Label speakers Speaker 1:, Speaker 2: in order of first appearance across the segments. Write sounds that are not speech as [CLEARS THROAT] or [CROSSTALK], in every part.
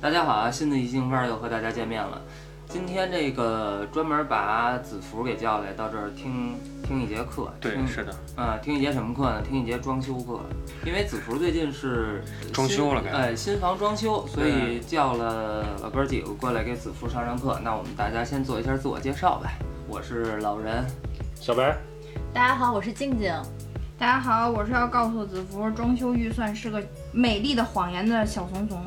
Speaker 1: 大家好啊，新的一镜范儿又和大家见面了。今天这个专门把子福给叫来到这儿听听一节课，
Speaker 2: 对，
Speaker 1: 听
Speaker 2: 是的，
Speaker 1: 啊，听一节什么课呢？听一节装修课，因为子福最近是
Speaker 2: 装
Speaker 1: 新
Speaker 2: 修了该
Speaker 1: 哎，新房装修，所以叫了老哥几个过来给子福上上课。那我们大家先做一下自我介绍呗。我是老人，
Speaker 3: 小白，
Speaker 4: 大家好，我是静静。
Speaker 3: 嗯
Speaker 5: 大家好，我是要告诉子福，装修预算是个美丽的谎言的小怂怂。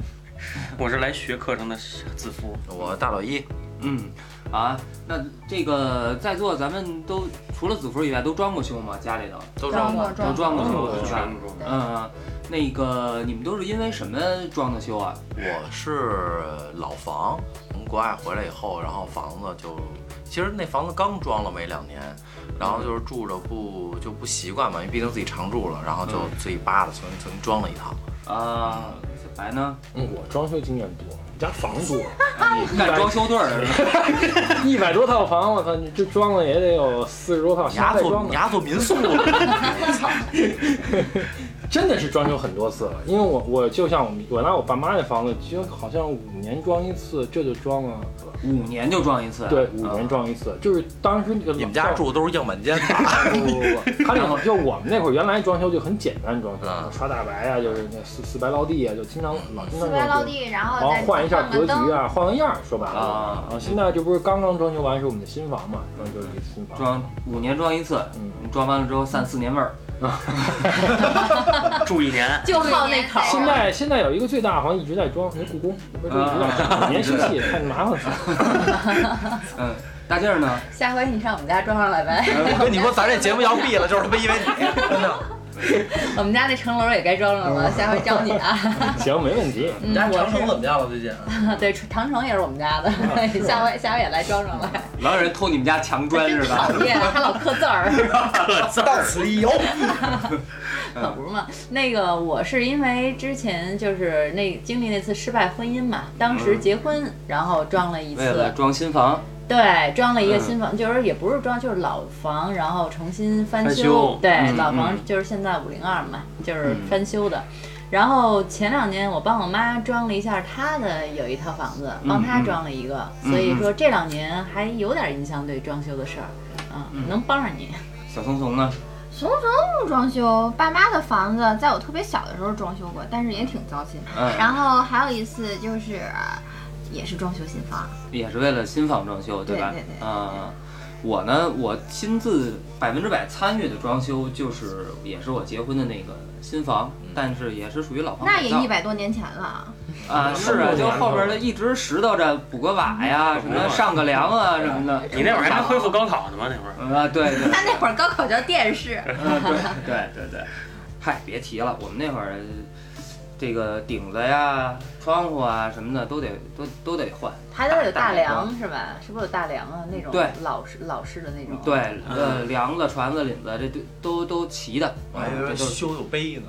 Speaker 2: 我是来学课程的子服，
Speaker 6: 我大老一，
Speaker 1: 嗯，好啊，那这个在座咱们都除了子福以外都装过修吗？家里头
Speaker 6: 都
Speaker 5: 装
Speaker 6: 过
Speaker 5: 过，
Speaker 1: 都装过
Speaker 2: 我
Speaker 1: 修
Speaker 2: 的
Speaker 1: 是
Speaker 2: 全
Speaker 1: 吧？
Speaker 2: 部
Speaker 4: 对
Speaker 1: 嗯，那个你们都是因为什么装的修啊？
Speaker 6: 我是老房，从国外回来以后，然后房子就，其实那房子刚装了没两年，然后就是住着不就不习惯嘛，因为毕竟自己常住了，然后就
Speaker 1: 嗯
Speaker 6: 自己扒的重新重新装了一套。
Speaker 1: 啊，小白呢？
Speaker 3: 嗯，我装修经验不多，我家房多，
Speaker 1: 你干装修队儿的是吧？
Speaker 3: 一百多套房，我操，你这装了也得有四十多套，
Speaker 6: 你
Speaker 3: 瞎
Speaker 6: 丫
Speaker 3: 带
Speaker 6: 做
Speaker 3: 装
Speaker 6: 你
Speaker 3: 的，
Speaker 6: 丫做民宿
Speaker 1: [LAUGHS]
Speaker 6: 了，
Speaker 3: 真的是装修很多次了。因为我我就像我们我拿我爸妈那房子，就好像五年装一次，这就装了，
Speaker 1: 五年就装一次，啊
Speaker 3: 对，啊五年装一次，就是当时那个
Speaker 6: 你们家住的都是样板
Speaker 1: [LAUGHS]
Speaker 6: 间吧？
Speaker 3: 不不不，他那会儿就我们那会儿原来装修就很简单装修
Speaker 6: 嗯，
Speaker 3: 刷大白啊，就是那四四白落地啊，就经常老经常
Speaker 4: 四白
Speaker 3: 装
Speaker 4: 落
Speaker 3: 修
Speaker 4: 地，然
Speaker 3: 然
Speaker 4: 后
Speaker 3: 后
Speaker 4: 再
Speaker 3: 换一下
Speaker 4: 换
Speaker 3: 格
Speaker 4: 个
Speaker 3: 局
Speaker 4: 灯，
Speaker 3: 啊，换个样儿，说白了
Speaker 1: 啊
Speaker 3: 然后现在这不是刚刚装修完是我们的新房嘛，然后就是一个新房，
Speaker 1: 装五年装一次，
Speaker 3: 嗯
Speaker 1: 你装完了之后散四年味儿。
Speaker 2: 住一年，
Speaker 4: 就好那口儿。
Speaker 3: 现在现在有一个最大好像一直在装，那故宫那不是一直在装，每年修葺，太麻烦了。
Speaker 1: 嗯，大劲儿呢？
Speaker 4: 下回你上我们家装上来 [LAUGHS] 呗，
Speaker 1: 啊
Speaker 6: 我跟你说，咱这节目要毙了，就是他妈因为你，真的。
Speaker 4: 我们家那城楼也该装
Speaker 3: 嗯
Speaker 4: 上了，下回教你啊。
Speaker 3: [LAUGHS] 行，没问题。
Speaker 4: 嗯，
Speaker 6: 长
Speaker 4: 我
Speaker 6: 城怎么样了？最近？
Speaker 4: 是对长城也是我们家的，
Speaker 3: 嗯
Speaker 4: 下回下回也来装上来。
Speaker 1: 老有人偷你们家墙砖是
Speaker 4: 真
Speaker 1: 吧
Speaker 4: 讨？厌，还老刻字儿。
Speaker 6: [LAUGHS] 到此一游。
Speaker 1: [LAUGHS]
Speaker 4: 可
Speaker 3: 嗯
Speaker 4: 不是嘛。那个我是因为之前就是那经历那次失败婚姻嘛，当
Speaker 3: 嗯
Speaker 4: 时结婚，然后装了一
Speaker 1: 为了
Speaker 4: 次，
Speaker 1: 装新房，
Speaker 4: 对，装了一个
Speaker 1: 嗯
Speaker 4: 新房，就是也不是装，就是老房，然后重新翻
Speaker 2: 翻修
Speaker 4: 对，
Speaker 1: 嗯
Speaker 4: 老房
Speaker 1: 嗯
Speaker 4: 就是现在五零二嘛，就是翻修的。然后前两年我帮我妈装了一下她的有一套房子，帮她
Speaker 1: 嗯嗯
Speaker 4: 装了一个，
Speaker 1: 嗯
Speaker 4: 所以
Speaker 1: 嗯
Speaker 4: 说这两年还有点印象对装修的事儿，啊、
Speaker 1: 嗯
Speaker 4: 能帮上你。
Speaker 5: [LAUGHS]
Speaker 1: 小松松呢？
Speaker 5: 怂怂装修，爸妈的房子在我特别小的时候装修过，但是也挺糟心。
Speaker 1: 嗯，
Speaker 5: 然后还有一次就是，呃也是装修新房，
Speaker 1: 也是为了新房装修，吧？
Speaker 5: 对对对
Speaker 1: 啊、我呢，我亲自百分之百参与的装修，就是也是我结婚的那个新房，
Speaker 3: 嗯
Speaker 1: 但是也是属于老房
Speaker 5: 那
Speaker 1: 改
Speaker 5: 也
Speaker 1: 造
Speaker 5: 一百多年前了。
Speaker 1: 啊，是啊，就后边的一直拾掇着补个瓦呀，什么上个梁啊什么的。
Speaker 2: 你那会儿还没恢复高考呢吗？那会儿
Speaker 1: [LAUGHS] 嗯啊，对对，
Speaker 5: 他那会儿高考叫电视，
Speaker 1: 嗯，对 [LAUGHS] 对对对，嗨，别提了，我们那会儿这个顶子呀、窗户啊什么的都得都都得换。
Speaker 4: 还得有大
Speaker 1: 大
Speaker 4: 梁是吧？是不是有大梁啊？那种
Speaker 1: 对
Speaker 4: 老式老式的那种。
Speaker 1: 对，呃，梁子、船子、领子，这都都都齐的。啊
Speaker 6: 我还以
Speaker 1: 这
Speaker 6: 为
Speaker 1: 哎都是
Speaker 6: 修有碑
Speaker 1: [LAUGHS]
Speaker 6: 呢，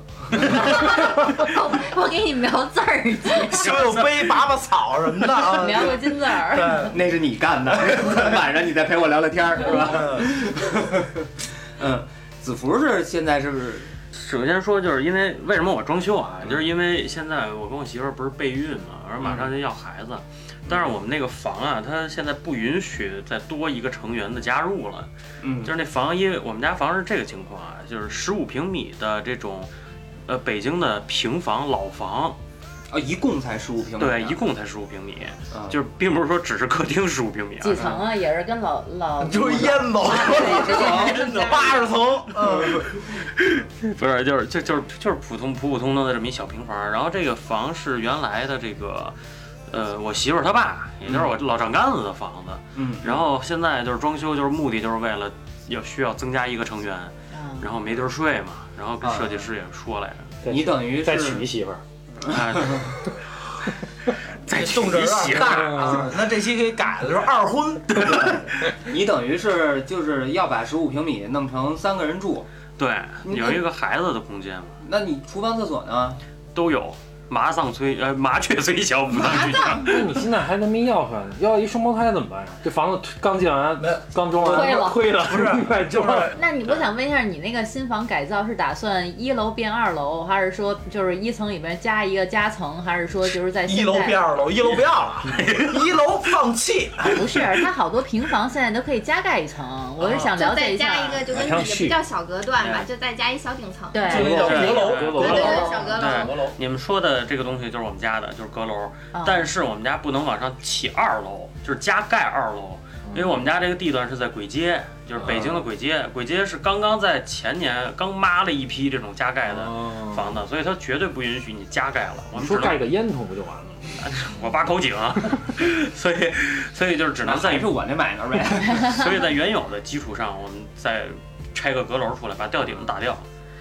Speaker 4: 我给你描字儿去，
Speaker 6: 修有碑、拔拔草什么的啊。
Speaker 4: 描个金字儿。
Speaker 1: 那是你 [LAUGHS] 干的，晚上你再陪我聊聊天儿，是吧？ [LAUGHS] 嗯，子福是现在是不是？
Speaker 2: 首先说就是因为为什么我装修啊，就是因为现在我跟我媳妇儿不是备孕嘛，而马上就要孩子，但是我们那个房啊，它现在不允许再多一个成员的加入了。
Speaker 1: 嗯
Speaker 2: 就是那房，因为我们家房是这个情况啊，就是十五平米的这种，呃，北京的平房老房，
Speaker 1: 啊，一共才十五平米啊。
Speaker 2: 对，一共才十五平米，
Speaker 1: 啊
Speaker 2: 就是并不是说只是客厅十五平米啊
Speaker 4: 几，层啊？也是跟老老。
Speaker 6: [LAUGHS] 就是烟斗， [LAUGHS] 八十层，嗯，
Speaker 2: 不是，就是就就是就是普通普普通通的这么一小平房。然后这个房是原来的这个，呃，我媳妇儿她爸，也就是我老丈杆子的房子。
Speaker 1: 嗯，
Speaker 2: 然后现在就是装修，就是目的就是为了要需要增加一个成员，
Speaker 4: 嗯
Speaker 2: 然后没地儿睡嘛。然后跟设计师也说来着。
Speaker 1: 你等于
Speaker 3: 再
Speaker 1: 是
Speaker 3: 娶一媳妇儿，
Speaker 2: 哎，再娶
Speaker 6: 哎动辄
Speaker 2: 一媳
Speaker 6: 有点
Speaker 2: 妇儿
Speaker 6: 大啊。那这期可以改的就是二婚，
Speaker 1: 你等于是就是要把十五平米弄成三个人住，
Speaker 2: 对，
Speaker 1: 你
Speaker 2: 有一个孩子的空间嘛，
Speaker 1: 那你厨房、厕所呢？
Speaker 2: 都有。麻丧虽呃麻雀 [LAUGHS] 虽小，五脏俱全。
Speaker 3: 那你现在还能没要出来呢？要一双胞胎怎么办呀？这房子刚建完
Speaker 6: 没有，
Speaker 3: 刚装完，
Speaker 4: 亏了
Speaker 3: 亏了，不是 [LAUGHS] 快
Speaker 6: 就
Speaker 3: 装
Speaker 6: 是
Speaker 3: 了。
Speaker 4: 那你我想问一下，你那个新房改造是打算一楼变二楼，还是说就是一层里面加一个夹层，还是说就是在现在
Speaker 6: 一楼变二楼，一楼不要了，一楼放弃。
Speaker 4: 不是，它好多平房现在都可以加盖一层，我是想
Speaker 5: 就
Speaker 4: 了解
Speaker 5: 再
Speaker 4: 下。
Speaker 5: 加一个，就跟你
Speaker 3: 好
Speaker 5: 的
Speaker 3: 像是
Speaker 5: 不叫小隔断吧，
Speaker 2: 嗯
Speaker 5: 就再加一小顶层。
Speaker 4: 对
Speaker 6: 就那叫
Speaker 2: 是
Speaker 6: 阁楼，
Speaker 2: 阁楼
Speaker 5: 对对对，
Speaker 4: 楼
Speaker 5: 小阁
Speaker 3: 哎
Speaker 5: 楼。
Speaker 6: 阁楼。
Speaker 2: 你们说的这个东西就是我们家的，就是阁楼，
Speaker 4: 啊
Speaker 2: 但是我们家不能往上起二楼，就是加盖二楼，
Speaker 3: 嗯
Speaker 2: 因为我们家这个地段是在簋街，就是北京的簋街，簋街是刚刚在前年刚抹了一批这种加盖的
Speaker 3: 哦，
Speaker 2: 房子，所以它绝对不允许你加盖了，我
Speaker 3: 你
Speaker 2: 们
Speaker 3: 说
Speaker 2: 只
Speaker 3: 盖
Speaker 2: 能
Speaker 3: 个烟筒不就完了吗？
Speaker 2: 我挖口井， [LAUGHS] 所以所以就是只
Speaker 1: 那
Speaker 2: 能
Speaker 3: [LAUGHS]
Speaker 2: 在
Speaker 1: 啊还是我那买卖
Speaker 2: [LAUGHS]
Speaker 1: 呗。
Speaker 2: 所以在原有的基础上，我们再拆个阁楼出来，把吊顶打掉。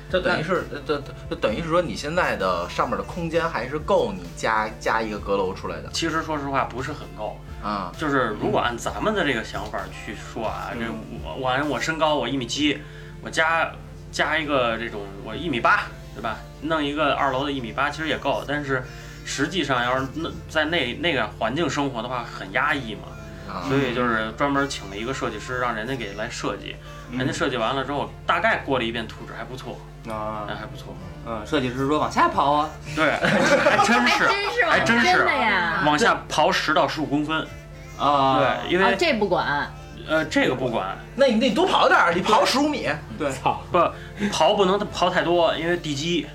Speaker 6: 这等于是，这这这等于是说，你现在的上面的空间还是够你加加一个阁楼出来的
Speaker 2: 其实说实话不是很够，
Speaker 6: 啊。
Speaker 2: 就是如果按咱们的这个想法去说啊，
Speaker 1: 嗯
Speaker 2: 这我我按我身高我一米七，我加加一个这种我一米八，对吧？弄一个二楼的一米八其实也够，但是实际上要是那在那那个环境生活的话，很压抑嘛。
Speaker 1: 嗯
Speaker 6: 啊
Speaker 2: 所以就是专门请了一个设计师，让人家给来设计。
Speaker 1: 嗯
Speaker 2: 人家设计完了之后，大概过了一遍图纸，还不错，
Speaker 1: 啊
Speaker 2: 哎，，还不错。
Speaker 1: 嗯，设计师说往下刨啊，
Speaker 2: 对，还真是，
Speaker 5: 是
Speaker 2: 还真是
Speaker 4: 真的呀。
Speaker 2: 往下刨十到十五公分。
Speaker 1: 啊，
Speaker 2: 对，因
Speaker 4: 啊，
Speaker 2: 为
Speaker 4: 这不管，
Speaker 2: 呃这个不管，
Speaker 6: 那你得多跑点儿，你跑十五米，
Speaker 3: 操，
Speaker 2: 不刨不能刨太多，因为地基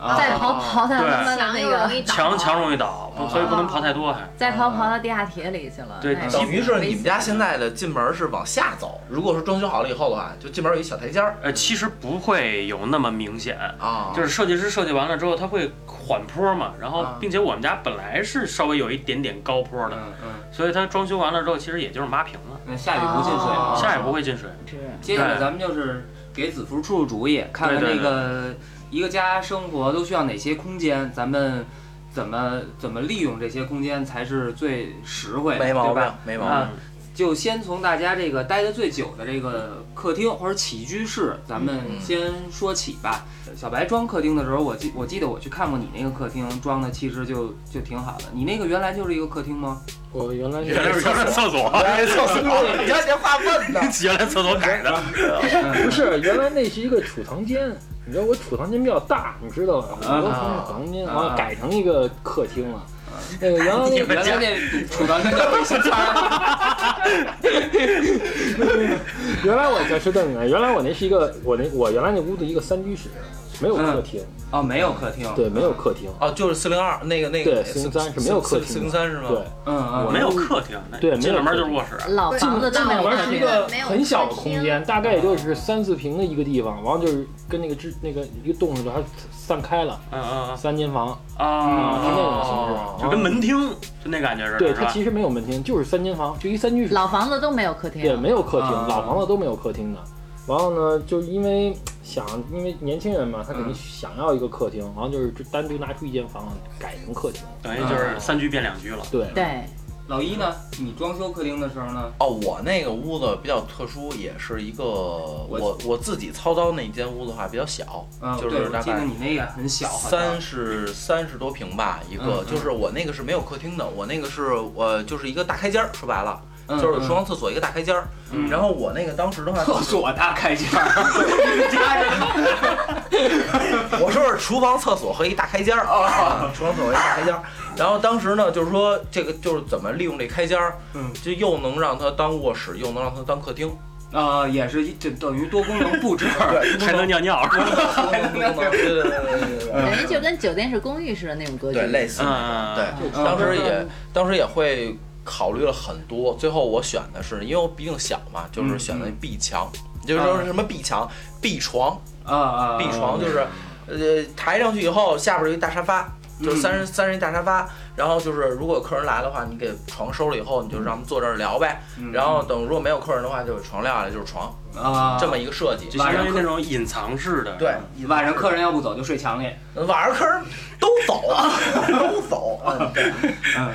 Speaker 1: 啊
Speaker 4: 再刨刨到他们的
Speaker 5: 墙
Speaker 4: 那
Speaker 5: 又容
Speaker 4: 个，
Speaker 5: 易倒。啊
Speaker 2: 墙墙容易倒，不所以不能刨太
Speaker 1: 啊
Speaker 2: 多还。
Speaker 4: 再刨刨到地下铁里去了。哎
Speaker 2: 对
Speaker 4: 那也
Speaker 6: 等于是你们家现在的进门是往下走。如果是装修好了以后的话，就进门有一小台阶儿
Speaker 2: 呃，其实不会有那么明显，
Speaker 6: 啊，
Speaker 2: 就是设计师设计完了之后，他会缓坡嘛，然后
Speaker 6: 啊
Speaker 2: 并且我们家本来是稍微有一点点高坡的，
Speaker 1: 嗯嗯，
Speaker 2: 所以他装修完了之后，其实也就是抹平了，
Speaker 1: 那下雨不进水啊，
Speaker 4: 哦
Speaker 2: 下也不会进水。
Speaker 4: 是
Speaker 1: 接下来咱们就是给子福出出主意，看看
Speaker 2: 对
Speaker 1: 那
Speaker 2: 对
Speaker 1: 个一个家生活都需要哪些空间，咱们怎么怎么利用这些空间才是最实惠，
Speaker 6: 没
Speaker 1: 对
Speaker 6: 毛病
Speaker 1: 吧？，
Speaker 6: 没毛病。
Speaker 1: 啊，就先从大家这个待的最久的这个客厅或者起居室，咱们
Speaker 6: 嗯
Speaker 1: 先说起吧。小白装客厅的时候，我记我记得我去看过你那个客厅装的，其实就就挺好的。你那个原来就是一个客厅吗？
Speaker 3: 我原来
Speaker 2: 原来
Speaker 3: 是
Speaker 2: 原来厕
Speaker 1: 啊
Speaker 2: 所，
Speaker 6: 哎，厕所，你要这话问的。
Speaker 2: 原来厕所改的。
Speaker 3: 不是原来那是一个储藏间。你知道我储藏间比较大，你知道吧？我都从储藏间，然后改成一个客厅了。那个原来那
Speaker 2: 你
Speaker 3: 个
Speaker 2: 们
Speaker 1: 原
Speaker 2: 家
Speaker 1: 来那储藏间叫卫生间儿，
Speaker 3: 原来我这是这么的，原来我那是一个我那我原来那屋子一个三居室，没有客厅，
Speaker 1: [LAUGHS] 哦，没有客厅，
Speaker 3: 对，没有客厅，
Speaker 6: [LAUGHS] 哦，就是四零二那个那个
Speaker 3: 对，四零三是没有客厅的，
Speaker 6: 四零三是吗？
Speaker 3: 对，，
Speaker 1: 嗯嗯，
Speaker 2: [LAUGHS] 没有客厅，那
Speaker 3: 对没有
Speaker 2: 进了门就是卧室。
Speaker 4: 老房子都没有
Speaker 3: 完
Speaker 4: 客
Speaker 3: 是一
Speaker 4: 厅，
Speaker 3: 个很小的空间，大概也就是三四平的一个地方，完了就是跟那个之那个一个洞似的，它散开了，
Speaker 2: 嗯嗯
Speaker 3: 三间房，
Speaker 2: 嗯啊，
Speaker 3: 是那种形式
Speaker 2: 哦就跟门厅就那感觉似的，
Speaker 3: 对，
Speaker 2: 是
Speaker 3: 它
Speaker 2: 吧？
Speaker 3: 其实没有门厅，就是三间房，就一三居室，
Speaker 4: 老房子都没有客厅。
Speaker 3: 对，没有客厅，
Speaker 1: 啊
Speaker 3: 老房子都没有客厅的。然后呢，就是因为想，因为年轻人嘛，他肯定想要一个客厅，然后就是就单独拿出一间房改成客厅，
Speaker 2: 等于就是三居变两居了。
Speaker 3: 对，
Speaker 4: 对，
Speaker 1: 老一呢？你装修客厅的时候呢？
Speaker 6: 哦，我那个屋子比较特殊，也是一个我我自己操刀那间屋子的话比较小，
Speaker 1: 嗯，
Speaker 6: 就
Speaker 1: 对，
Speaker 6: 是
Speaker 1: 我
Speaker 6: 大
Speaker 1: 记得
Speaker 6: 概
Speaker 1: 你那个很小，好像
Speaker 6: 三十三十多平吧，一
Speaker 1: 嗯
Speaker 6: 个
Speaker 1: 嗯
Speaker 6: 就是我那个是没有客厅的，我那个是呃就是一个大开间儿，说白了
Speaker 1: 嗯
Speaker 6: 就是双厕所一个大开间儿。
Speaker 1: 嗯
Speaker 6: 然后我那个当时的
Speaker 1: [LAUGHS]
Speaker 6: 话，
Speaker 1: 厕所大开间
Speaker 2: [LAUGHS]
Speaker 1: 儿，家人
Speaker 6: [LAUGHS] 我说是厨房、厕所和一大开间儿啊，厨房、厕所一大开间儿。然后当时呢，就是说这个就是怎么利用这开间儿，
Speaker 1: 嗯
Speaker 6: 就又能让它当卧室，又能让它当客 [LAUGHS] 厅，
Speaker 1: 啊也是一这等于多功能
Speaker 6: [LAUGHS]
Speaker 1: 布置，
Speaker 2: 还能尿尿，
Speaker 6: 对对对对对
Speaker 4: 等于就跟酒店式公寓似的那种格局。
Speaker 6: [LAUGHS] 对，类似
Speaker 2: 嗯，
Speaker 6: 对，
Speaker 1: 嗯
Speaker 6: 当时也当时也会考虑了很多，最后我选的是，因为我毕竟小嘛，就是选的壁墙，就是说是什么壁墙、壁床、
Speaker 1: 啊啊，
Speaker 6: 壁
Speaker 7: 嗯
Speaker 6: 床，就是呃抬上去以后，下边有一大沙发，
Speaker 7: 嗯
Speaker 6: 就是三十三人一大沙发。然后就是，如果有客人来的话，你给床收了以后，你
Speaker 7: 嗯
Speaker 6: 就让他们坐这儿聊呗。
Speaker 1: 嗯
Speaker 6: 然后等如果没有客人的话，就把床撂下来，就是床
Speaker 1: 啊
Speaker 6: 这么一个设计。
Speaker 2: 就相当于那种隐藏式的。
Speaker 6: 对，
Speaker 1: 晚上客人要不走就
Speaker 4: [LAUGHS]
Speaker 1: 睡墙里，
Speaker 7: 啊
Speaker 6: [LAUGHS] 晚上客人都走了，都走。嗯，对
Speaker 1: 嗯，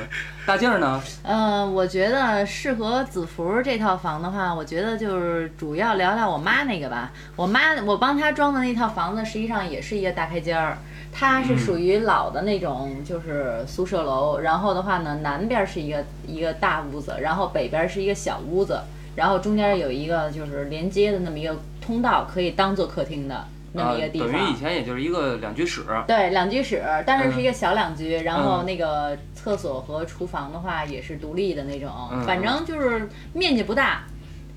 Speaker 1: 大静儿呢？
Speaker 4: 呃，我觉得适合子服这套房的话，我觉得就是主要聊聊我妈那个吧。我妈，我帮她装的那套房子，实际上也是一个大开间儿，它是
Speaker 1: 嗯
Speaker 4: 属于老的那种，就是宿舍楼。然后的话呢，南边是一个一个大屋子，然后北边是一个小屋子，然后中间有一个就是连接的那么一个通道，可以当做客厅的 [LAUGHS] 那么一个地方。
Speaker 1: 呃等于以前也就是一个两居室，
Speaker 4: 对，两居室，但是是
Speaker 1: 嗯
Speaker 4: 一个小两居，然后那个厕所和厨房的话也是独立的那种，
Speaker 1: 嗯
Speaker 4: 反正就是面积不大，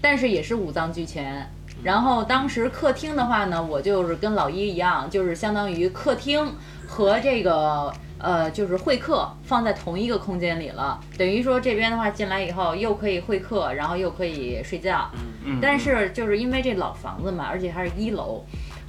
Speaker 4: 但是也是五脏俱全。然后当时客厅的话呢，我就是跟老一一样，就是相当于客厅和这个呃就是会客放在同一个空间里了，等于说这边的话进来以后又可以会客，然后又可以睡觉。
Speaker 1: 嗯，
Speaker 4: 但是就是因为这老房子嘛，而且还是一楼，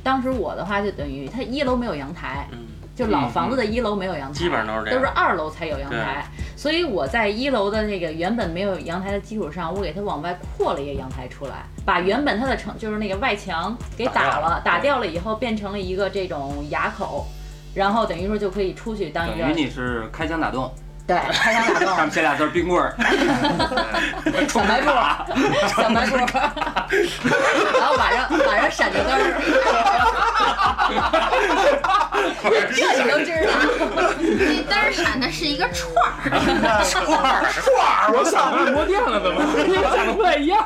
Speaker 4: 当时我的话就等于它一楼没有阳台，
Speaker 2: 嗯，
Speaker 4: 就老房子的一楼没有阳台，
Speaker 2: 基本上都是这样
Speaker 4: 都是二楼才有阳台，所以我在一楼的那个原本没有阳台的基础上，我给它往外扩了一个阳台出来，把原本它的城就是那个外墙给打了，打
Speaker 2: 打
Speaker 4: 掉了以后变成了一个这种垭口，然后等于说就可以出去当
Speaker 1: 等
Speaker 4: 一
Speaker 1: 于
Speaker 4: 个
Speaker 1: 你是开枪打洞，
Speaker 4: 对开枪
Speaker 1: 上
Speaker 4: 打
Speaker 2: [LAUGHS]
Speaker 4: 洞
Speaker 1: 面写俩字儿冰
Speaker 4: [LAUGHS]
Speaker 1: 棍儿，
Speaker 4: 小卖部，小卖部， [LAUGHS] 然后晚上晚上闪着灯儿， [LAUGHS] 这你都知道。
Speaker 5: 那灯儿闪的是一个串儿， [LAUGHS]
Speaker 3: 啊， [LAUGHS] 我 [LAUGHS] 想按摩店了，怎么也长得不太一样？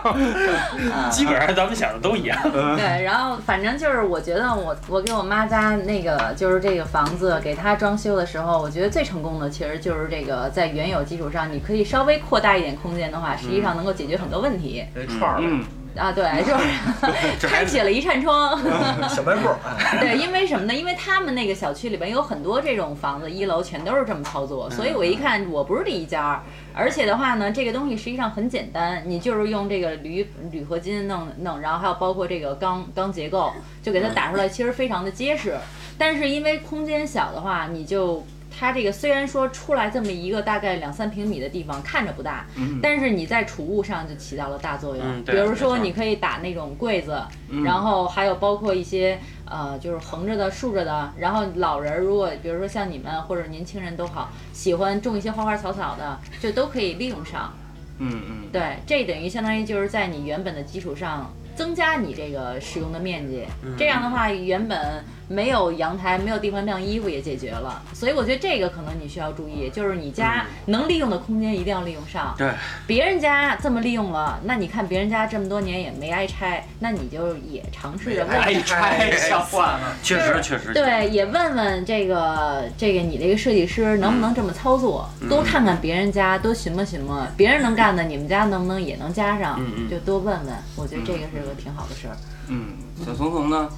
Speaker 2: 基本上咱们想的都一样。
Speaker 4: 对，然后反正就是，我觉得我我给我妈家那个就是这个房子给她装修的时候，我觉得最成功的其实就是这个在原有基础上，你可以稍微扩大一点空间的话，实际上能够解决很多问题、
Speaker 7: 这串儿
Speaker 1: 嗯，
Speaker 4: 啊。对，就是开启了一扇窗。 [LAUGHS]
Speaker 7: 小卖部儿，
Speaker 6: 哎
Speaker 4: 对，因为什么呢？因为他们那个小区里边有很多这种房子，一楼全都是这么操作，所以
Speaker 2: 嗯
Speaker 4: 我一看我不是这一家儿，而且的话呢，这个东西实际上很简单，你就是用这个铝铝合金弄弄，然后还有包括这个钢钢结构，就给
Speaker 2: 嗯
Speaker 4: 它打出来，其实非常的结实。但是因为空间小的话，你就。它这个虽然说出来这么一个大概两三平米的地方看着不大，
Speaker 1: 嗯
Speaker 4: 但是你在储物上就起到了大作用。
Speaker 2: 嗯
Speaker 4: 比
Speaker 2: 对啊
Speaker 4: 如
Speaker 2: 没
Speaker 4: 说
Speaker 2: 错
Speaker 4: 你可以打那种柜子，
Speaker 1: 嗯
Speaker 4: 然后还有包括一些呃，就是横着的、竖着的。然后老人儿如果比如说像你们或者年轻人都好，喜欢种一些花花草草的，就都可以利用上。
Speaker 1: 嗯嗯，
Speaker 4: 对，这等于相当于就是在你原本的基础上增加你这个使用的面积。这样的话，原本没有阳台、没有地方晾衣服也解决了。所以我觉得这个可能你需要注意，就是你家能利用的空间一定要利用上。
Speaker 2: 对，
Speaker 4: 别人家这么利用了，那你看别人家这么多年也没挨拆，那你就也尝试着问问
Speaker 1: 哎，拆像话吗？
Speaker 2: 确实确实，
Speaker 4: 对，也问问这个这个你这个设计师能不
Speaker 2: 嗯
Speaker 4: 能这么操作，多看看别人家，多寻摸寻摸，别人能干的，你们家能不能也能加上？
Speaker 2: 嗯嗯
Speaker 4: 就多问问，我觉得这个是个挺好的事儿。
Speaker 1: 嗯，小怂怂呢？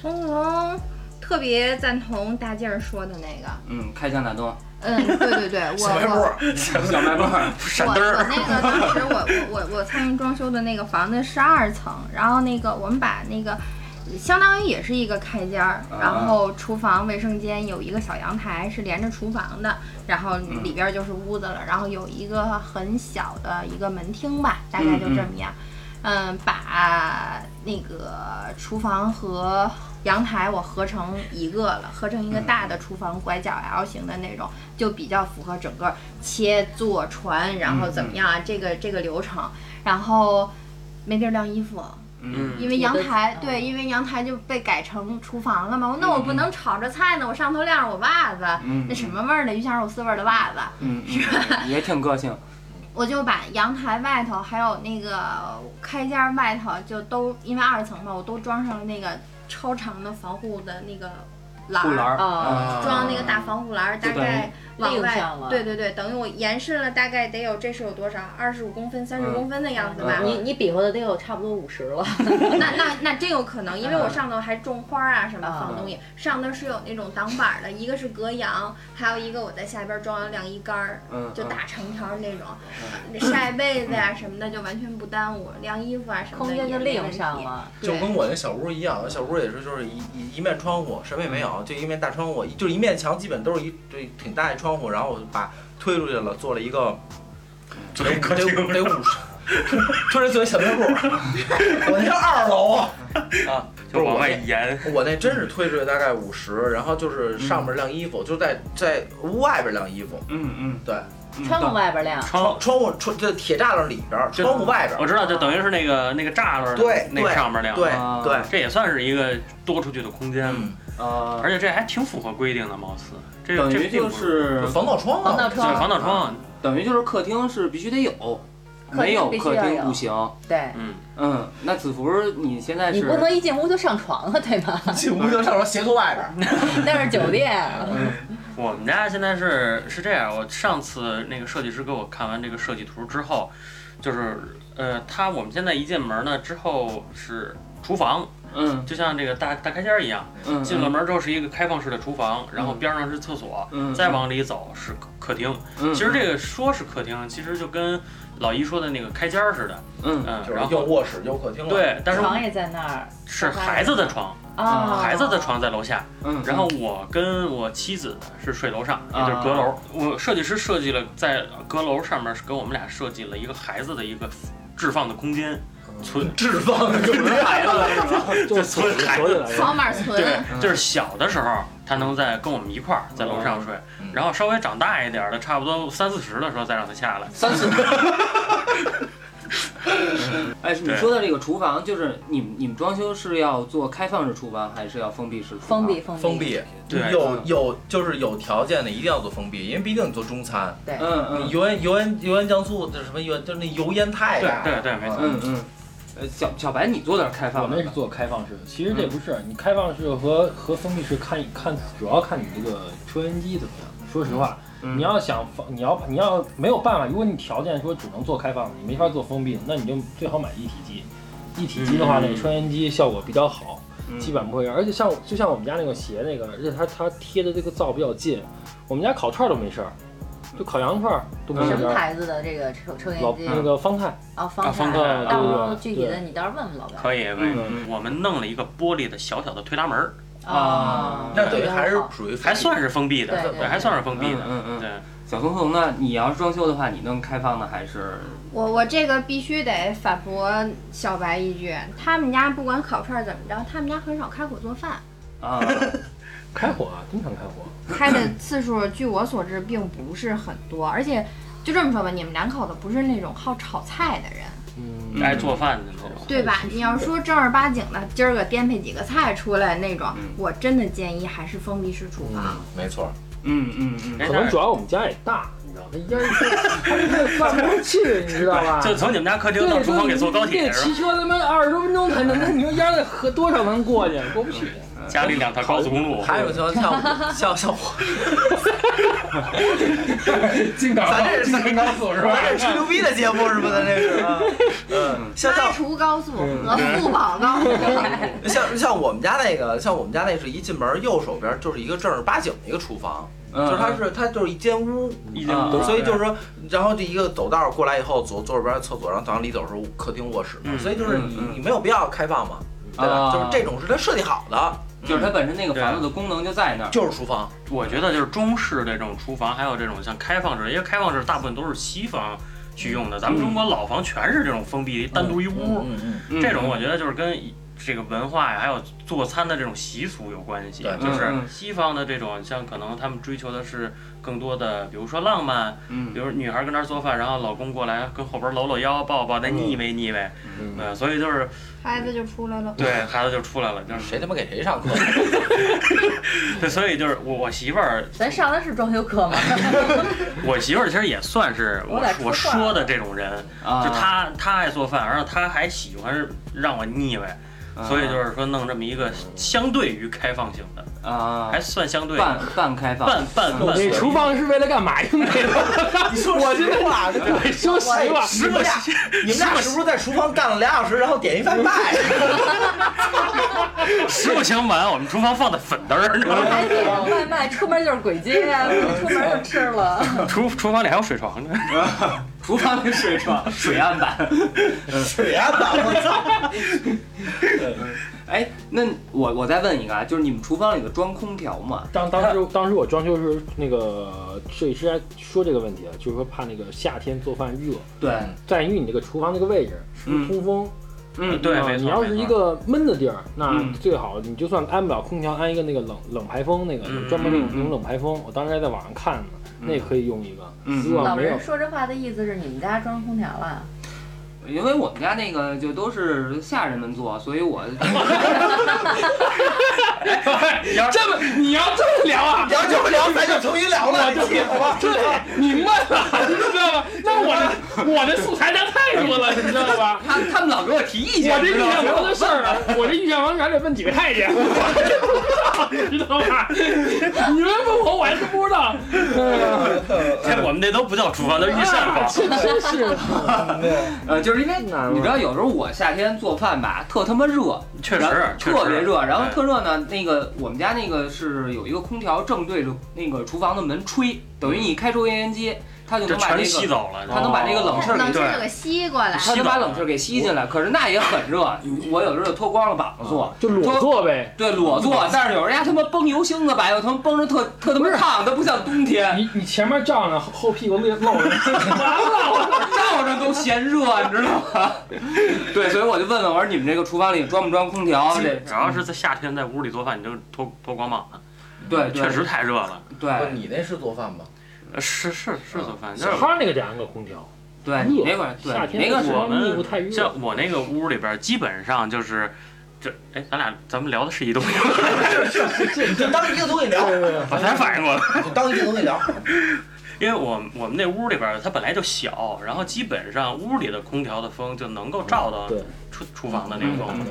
Speaker 5: 从从特别赞同大静儿说的那个。
Speaker 1: 嗯，开枪打
Speaker 4: [LAUGHS]
Speaker 1: 洞，
Speaker 5: 嗯，对对对，我
Speaker 7: 小卖部
Speaker 5: 我
Speaker 7: 儿，
Speaker 1: 小卖部儿，
Speaker 5: 我我那个当时我我我我参与装修的那个房子是二层，然后那个我们把那个相当于也是一个开间儿，然后厨房、卫生间有一个小阳台是连着厨房的，然后里边就是屋子了，然后有一个很小的一个门厅吧，大概就这么样。嗯，把那个厨房和阳台我合成一个了，合成一个大的厨房，拐角 L 型的那种，就比较符合整个切做船，然后怎么样啊？这个这个流程，然后没地儿晾衣服，
Speaker 2: 嗯，
Speaker 5: 因为阳台
Speaker 4: 嗯
Speaker 5: 对，嗯因为阳台就被改成厨房了嘛。那我不能炒着菜呢，我上头晾着我袜子，
Speaker 1: 嗯
Speaker 5: 那什么味儿的鱼香肉丝味儿的袜子，
Speaker 1: 嗯，嗯也挺个性，
Speaker 5: 我就把阳台外头还有那个开间儿外头就都因为二层嘛，我都装上了那个超长的防护的那个栏
Speaker 1: 护栏
Speaker 5: 儿。
Speaker 1: 儿，
Speaker 4: 哦
Speaker 1: 嗯
Speaker 5: 装那个大防护栏儿，
Speaker 1: 就
Speaker 5: 大
Speaker 1: 等于
Speaker 5: 概
Speaker 4: 利
Speaker 5: 往
Speaker 4: 用
Speaker 5: 外
Speaker 4: 上了，
Speaker 5: 对对对，等于我延伸了大概得有这是有多少？二十五公分、三十
Speaker 1: 嗯
Speaker 5: 公分的样子
Speaker 1: 嗯
Speaker 5: 吧。
Speaker 1: 嗯
Speaker 4: 你你比划的得有差不多五十了，
Speaker 5: 那那那真有可能，因为
Speaker 1: 嗯
Speaker 5: 我上头还种花啊什么
Speaker 4: 嗯
Speaker 5: 放东西，上头是有那种挡板儿的，一个是隔阳，还有一个我在下边装了晾衣杆儿，
Speaker 1: 嗯，
Speaker 5: 就打成条儿那种，晒被子呀、什么的就完全不耽误，晾衣服啊什么的
Speaker 4: 空间
Speaker 5: 也
Speaker 4: 就
Speaker 5: 没
Speaker 4: 利用
Speaker 5: 问题
Speaker 4: 上。了。
Speaker 6: 就
Speaker 5: 对
Speaker 6: 跟我那小屋一样，我小屋也是就是一一一面窗户，什么也
Speaker 4: 嗯
Speaker 6: 没有，就一面大窗户，一就是一面墙，基本都是一对挺大一窗户，然后我就把推出去了，做了一个
Speaker 2: 做一
Speaker 6: 得
Speaker 2: 客
Speaker 6: 得
Speaker 2: 厅 [LAUGHS]
Speaker 6: 得五十穿着自己小棉裤，我那是二楼啊，啊，
Speaker 2: 就往外延。
Speaker 6: 我那真是推出去大概五十，然后就是上面晾衣
Speaker 2: 嗯
Speaker 6: 服，就在在屋外边晾衣服，
Speaker 1: 嗯嗯，
Speaker 6: 对，
Speaker 1: 嗯
Speaker 4: 窗户外边晾，
Speaker 2: 窗，
Speaker 6: 窗户窗这铁栅栏里边儿，
Speaker 2: 就
Speaker 6: 窗户外边
Speaker 2: 我
Speaker 6: 儿，
Speaker 2: 知道，就等于是那个那个栅栏
Speaker 6: 对
Speaker 2: 那
Speaker 6: 对
Speaker 2: 上面亮，
Speaker 6: 对
Speaker 1: 啊
Speaker 6: 对，
Speaker 2: 这也算是一个多出去的空间嘛。
Speaker 6: 嗯，
Speaker 1: 呃，
Speaker 2: 而且这还挺符合规定的，貌似这
Speaker 1: 等
Speaker 2: 这
Speaker 1: 于
Speaker 2: 并
Speaker 1: 就
Speaker 2: 不是
Speaker 1: 是
Speaker 6: 就防盗窗
Speaker 4: 防盗
Speaker 6: 啊，
Speaker 2: 对
Speaker 4: 窗，
Speaker 2: 防盗窗，
Speaker 1: 等于就是客厅是必须得有，
Speaker 4: 厅
Speaker 1: 没有
Speaker 4: 必须
Speaker 1: 客
Speaker 4: 要
Speaker 1: 厅
Speaker 4: 有
Speaker 1: 不行。
Speaker 4: 对。
Speaker 2: 嗯，
Speaker 1: 嗯，那子福你现在
Speaker 4: 你
Speaker 1: 是
Speaker 4: 不能一进屋就上床啊，对吧？
Speaker 6: 进屋就上床斜从外边儿，
Speaker 4: 那是酒店，
Speaker 2: 我们家现在是是这样，我上次那个设计师给我看完这个设计图之后，就是呃，他我们现在一进门呢之后是厨房，
Speaker 1: 嗯
Speaker 2: 就像这个大大开间儿一样，
Speaker 1: 嗯
Speaker 2: 进了门之后是一个开放式的厨房，然后边上是厕所，
Speaker 1: 嗯，
Speaker 2: 再往里走是客厅。
Speaker 1: 嗯，
Speaker 2: 其实这个说是客厅，其实就跟老姨说的那个开间儿似的，
Speaker 1: 嗯
Speaker 2: 嗯，
Speaker 6: 就是
Speaker 2: 然
Speaker 6: 又
Speaker 2: 后
Speaker 6: 卧室又客厅了，，
Speaker 2: 对， [LAUGHS] 但是
Speaker 4: 床也在那儿
Speaker 2: 是孩子的床，
Speaker 4: 啊，
Speaker 2: 孩子的床在楼下，
Speaker 1: 嗯，
Speaker 2: 然后我跟我妻子是睡楼上，也就是阁楼。我设计师设计了在阁楼上面是给我们俩设计了一个孩子的一个置放的空间，存
Speaker 6: 置放的就是孩子来着，
Speaker 3: 就
Speaker 2: 所以孩
Speaker 3: 所以
Speaker 2: 子
Speaker 3: 来
Speaker 4: 哦
Speaker 3: 说
Speaker 5: 扫码存，
Speaker 2: 对，就是小的时候他能在跟我们一块儿在楼上睡
Speaker 6: 嗯，
Speaker 2: 然后稍微长大一点的，差不多三四十的时候再让他下来。
Speaker 1: 三十。嗯 [LAUGHS] 哎，你
Speaker 2: 对
Speaker 1: 说的这个厨房，就是你们你们装修是要做开放式厨房，还是要封闭式厨房？
Speaker 4: 封闭封闭
Speaker 6: 封，闭，
Speaker 2: 对
Speaker 6: 有有就是有条件的一定要做封闭，因为毕竟你做中餐，
Speaker 4: 对，
Speaker 1: 嗯。嗯
Speaker 6: 你油烟油烟油烟酱醋这什么油就是那油烟太
Speaker 2: 对
Speaker 6: 大，
Speaker 2: 对对，没错。
Speaker 1: 嗯嗯，呃，小小白，你做点开
Speaker 3: 我
Speaker 1: 放
Speaker 3: 那
Speaker 1: 的
Speaker 3: 是
Speaker 1: 吧，
Speaker 3: 做开放式的，其实这不是，你开放式和和封闭式看看，主要看你这个抽烟机怎么样。说实话，
Speaker 1: 嗯
Speaker 3: 你要想放，你要你要没有办法，如果你条件说只能做开放的，你没法做封闭的，那你就最好买一体机。一体机的话，
Speaker 2: 嗯
Speaker 3: 那个抽烟机效果比较好，
Speaker 1: 嗯
Speaker 3: 基本不会。而且像就像我们家那个鞋那个，而且它它贴的这个灶比较近，我们家烤串都没事儿，就烤羊串都没
Speaker 1: 嗯
Speaker 3: 事
Speaker 4: 什么
Speaker 3: 儿。
Speaker 4: 牌子的这个抽抽
Speaker 3: 老
Speaker 4: 烟机？
Speaker 3: 那个方太，
Speaker 4: 哦，
Speaker 2: 啊
Speaker 4: 方
Speaker 2: 方
Speaker 4: 太，
Speaker 2: 太
Speaker 3: 啊
Speaker 4: 到时
Speaker 2: 嗯
Speaker 4: 候
Speaker 3: 对
Speaker 4: 具体的
Speaker 3: 对
Speaker 4: 你到时候问问老白
Speaker 2: 可以可以
Speaker 1: 嗯，
Speaker 2: 我们弄了一个玻璃的小小的推拉门儿，
Speaker 1: 啊
Speaker 6: 那等于还是
Speaker 4: 好
Speaker 6: 属于
Speaker 2: 还算是封闭的，
Speaker 4: 对对
Speaker 2: 对，还算是封闭的。
Speaker 1: 嗯嗯嗯。
Speaker 2: 对，
Speaker 1: 小松松，那你要是装修的话，你弄开放的还是
Speaker 5: 我我这个必须得反驳小白一句，他们家不管烤串儿怎么着，他们家很少开火做饭，
Speaker 1: 啊？
Speaker 3: 开火啊，经常开火。
Speaker 5: 开的次数据我所知并不是很多，而且就这么说吧，你们两口子不是那种好炒菜的人，
Speaker 3: 嗯，
Speaker 2: 爱做饭的那种。
Speaker 5: 对吧？你要说正儿八经的，今儿个颠沛几个菜出来那种
Speaker 1: 嗯，
Speaker 5: 我真的建议还是封闭式厨
Speaker 6: 嗯
Speaker 5: 房。，
Speaker 6: 没错，
Speaker 1: 嗯嗯嗯
Speaker 2: 哎
Speaker 3: 可能主要我们家也大，你知道，那哎烟儿它那个灌不出去，你知道
Speaker 2: [LAUGHS]
Speaker 3: 吧？
Speaker 2: 就从你们家客厅
Speaker 3: 对，
Speaker 2: 到厨房给坐高
Speaker 3: 对，
Speaker 2: 铁是吧？
Speaker 3: 骑车他妈二十多分钟才能，那你说烟儿得喝多少能过去？过不
Speaker 2: [LAUGHS]
Speaker 3: 去。
Speaker 2: 家里两条高速公路，
Speaker 6: 还有一种情况
Speaker 2: [LAUGHS]
Speaker 6: 像我像像我，
Speaker 3: 进港
Speaker 6: 咱这是三高速是吧？咱这是吹牛逼的节目是吧？咱这是啊，嗯，像像
Speaker 5: 八厨高速和富宝高速，
Speaker 2: [LAUGHS]
Speaker 6: 像像我们家那个，像我们家那是一进门右手边就是一个正儿八经的一个厨房，
Speaker 1: 嗯，
Speaker 6: 哎就是它是它就是一间屋，
Speaker 2: 一间
Speaker 1: 啊
Speaker 2: 屋，
Speaker 6: 所以就是说，然后这一个走道过来以后，左左手边厕所，然后再往里走是客厅卧室嘛，
Speaker 2: 嗯
Speaker 6: 所以就是
Speaker 1: 嗯
Speaker 6: 你、
Speaker 1: 嗯
Speaker 6: 你没有必要开放嘛，对吧？
Speaker 1: 啊
Speaker 6: 就是这种是它设计好的，
Speaker 1: 就是它本身那个房子的功能就在那儿。
Speaker 6: 就是厨房，
Speaker 2: 我觉得就是中式这种厨房，还有这种像开放式，因为开放式大部分都是西方去用的，咱们中国老房全是这种封闭，单独一屋。
Speaker 6: 嗯嗯，
Speaker 1: 嗯
Speaker 2: 这种我觉得就是跟这个文化呀，还有做餐的这种习俗有关系。
Speaker 6: 对
Speaker 2: 就是
Speaker 1: 嗯嗯
Speaker 2: 西方的这种，像可能他们追求的是更多的，比如说浪漫，比
Speaker 1: 嗯
Speaker 2: 如女孩跟那儿做饭，然后老公过来跟后边搂搂腰、抱抱，再腻歪腻歪。
Speaker 3: 嗯
Speaker 2: 呃，所以就是
Speaker 5: 孩子就出来了。
Speaker 2: 对孩子就出来了，就是
Speaker 6: 嗯谁他妈给谁上课？
Speaker 2: 对， [LAUGHS] 所以就是我我媳妇儿
Speaker 4: 咱上的是装修课吗？
Speaker 2: 我媳妇儿其实也算是
Speaker 4: 我
Speaker 2: 我
Speaker 4: 俩吃
Speaker 2: 我
Speaker 4: 饭
Speaker 2: 说的这种人，
Speaker 1: 啊，
Speaker 2: 就她她爱做饭，然后她还喜欢让我腻歪，
Speaker 1: 啊，
Speaker 2: 所以就是说弄这么一个相对于开放型的，
Speaker 1: 啊，
Speaker 2: 还算相对
Speaker 1: 半半开放，嗯
Speaker 2: 半半
Speaker 3: 我
Speaker 2: 半
Speaker 3: 这厨房是为了干嘛用的？
Speaker 6: [LAUGHS] 你说实话，真的。
Speaker 3: 对，说实话，
Speaker 6: 你们俩，你们俩是不是在厨房干了俩小时，然后点一外卖？
Speaker 2: 实不相瞒，我们厨房放的粉
Speaker 1: [LAUGHS]
Speaker 2: 灯儿，你知道吗？
Speaker 4: [LAUGHS] 还点外卖，出门就是鬼街，出门就吃了。
Speaker 2: 厨厨房里还有水床呢。
Speaker 1: 厨房跟
Speaker 2: [LAUGHS]
Speaker 1: 水床水案版。
Speaker 6: 水啊！我操！
Speaker 1: [LAUGHS] 哎，那我我再问一个啊，就是你们厨房里头装空调吗？
Speaker 3: 当当时当时我装修的时候，那个设计师还说这个问题啊，就是说怕那个夏天做饭热，
Speaker 1: 对，
Speaker 3: 在于你这个厨房这个位置是不是通风。
Speaker 1: 嗯，
Speaker 2: 呃对
Speaker 3: 啊
Speaker 2: 没错
Speaker 3: 你要是一个闷的地儿，那
Speaker 1: 嗯
Speaker 3: 最好你就算安不了空调，安一个那个冷冷排风那个，
Speaker 2: 嗯
Speaker 3: 有专门那种
Speaker 1: 嗯嗯
Speaker 3: 那种冷排风。我当时还在网上看呢，
Speaker 1: 嗯
Speaker 3: 那可以用一个。
Speaker 1: 嗯
Speaker 3: 如果
Speaker 4: [LAUGHS] 老
Speaker 3: 没有
Speaker 4: 人，说这话的意思是你们家装空调啊？
Speaker 1: 嗯因为我们家那个就都是下人们做，所以我 [LAUGHS]
Speaker 3: 这么你要这么聊啊？
Speaker 6: 你要这么聊，咱就成语聊
Speaker 2: [LAUGHS]
Speaker 6: 了，你好吧？
Speaker 3: 对，你闷了，你知道吗？那我的我的素材量太多了，你知道吧？
Speaker 1: 他他们老给我提意见，
Speaker 3: 我这
Speaker 1: 知
Speaker 3: 遇
Speaker 1: 道吗
Speaker 3: 上王的事儿啊，我这遇上王还得问几个太监， [LAUGHS] 我真不知道，你知道吧？你们问我，我还真不知道。哎呀，
Speaker 2: 哎，
Speaker 1: 嗯
Speaker 2: 我们那都不叫厨房，都是御膳
Speaker 1: [LAUGHS]
Speaker 3: 啊
Speaker 2: 房。
Speaker 3: 真真是的，
Speaker 1: 呃，就是因为
Speaker 3: [LAUGHS] 难了
Speaker 1: 你知道，有时候我夏天做饭吧，特他妈热，
Speaker 2: 确实
Speaker 1: 然后
Speaker 2: 确实
Speaker 1: 特别热，然后
Speaker 2: 哎
Speaker 1: 特热呢，那个我们家那个是有一个空调正对着那个厨房的门吹，等于你开抽油烟机，它就
Speaker 2: 嗯这
Speaker 1: 能把
Speaker 2: 全
Speaker 1: 那
Speaker 2: 吸
Speaker 1: 个
Speaker 2: 走了，
Speaker 1: 它能把那个冷气儿
Speaker 5: 冷
Speaker 1: 给
Speaker 5: 气
Speaker 2: 对
Speaker 5: 儿给吸过来，
Speaker 1: 它能把冷气儿给吸进来，可是那也很热，
Speaker 2: 嗯
Speaker 1: 我有时候就脱光了膀子做。
Speaker 3: 就裸做呗。
Speaker 1: 对裸
Speaker 2: 嗯
Speaker 1: 做，但是有人家他妈崩油星子吧，又他妈崩着特特他妈烫，它不像冬天，
Speaker 3: 你你前面照着，后后屁股露露着，完了，我
Speaker 1: 照着都嫌热，你知道吗？ [LAUGHS] 对，所以我就问问，我说你们这个厨房里装不装空调？这
Speaker 2: 只要是在夏天在屋里做饭，你就脱脱光膀子，
Speaker 1: 对，对
Speaker 2: 确实太热了。
Speaker 1: [LAUGHS]
Speaker 6: 不
Speaker 1: 对
Speaker 6: 你那是做饭吧？
Speaker 2: 呃是是是做饭，但
Speaker 3: 小
Speaker 2: 是
Speaker 3: 哈那个得安个空调，
Speaker 1: 对，你那会儿对
Speaker 3: 哎夏
Speaker 1: 你那
Speaker 3: 天
Speaker 1: 个
Speaker 2: 我
Speaker 1: 是
Speaker 2: 们
Speaker 3: 密不太热。
Speaker 2: 像我那个屋里边，基本上就是这哎，咱俩咱们聊的是一东西，
Speaker 6: [LAUGHS] 你就当一个东西聊，
Speaker 3: 对对对
Speaker 2: 我才反应过来。
Speaker 6: 你就当一个东西聊。
Speaker 2: 因为我我们那屋里边儿它本来就小，然后基本上屋里的空调的风就能够照到
Speaker 3: 对
Speaker 2: 厨厨房的那个风。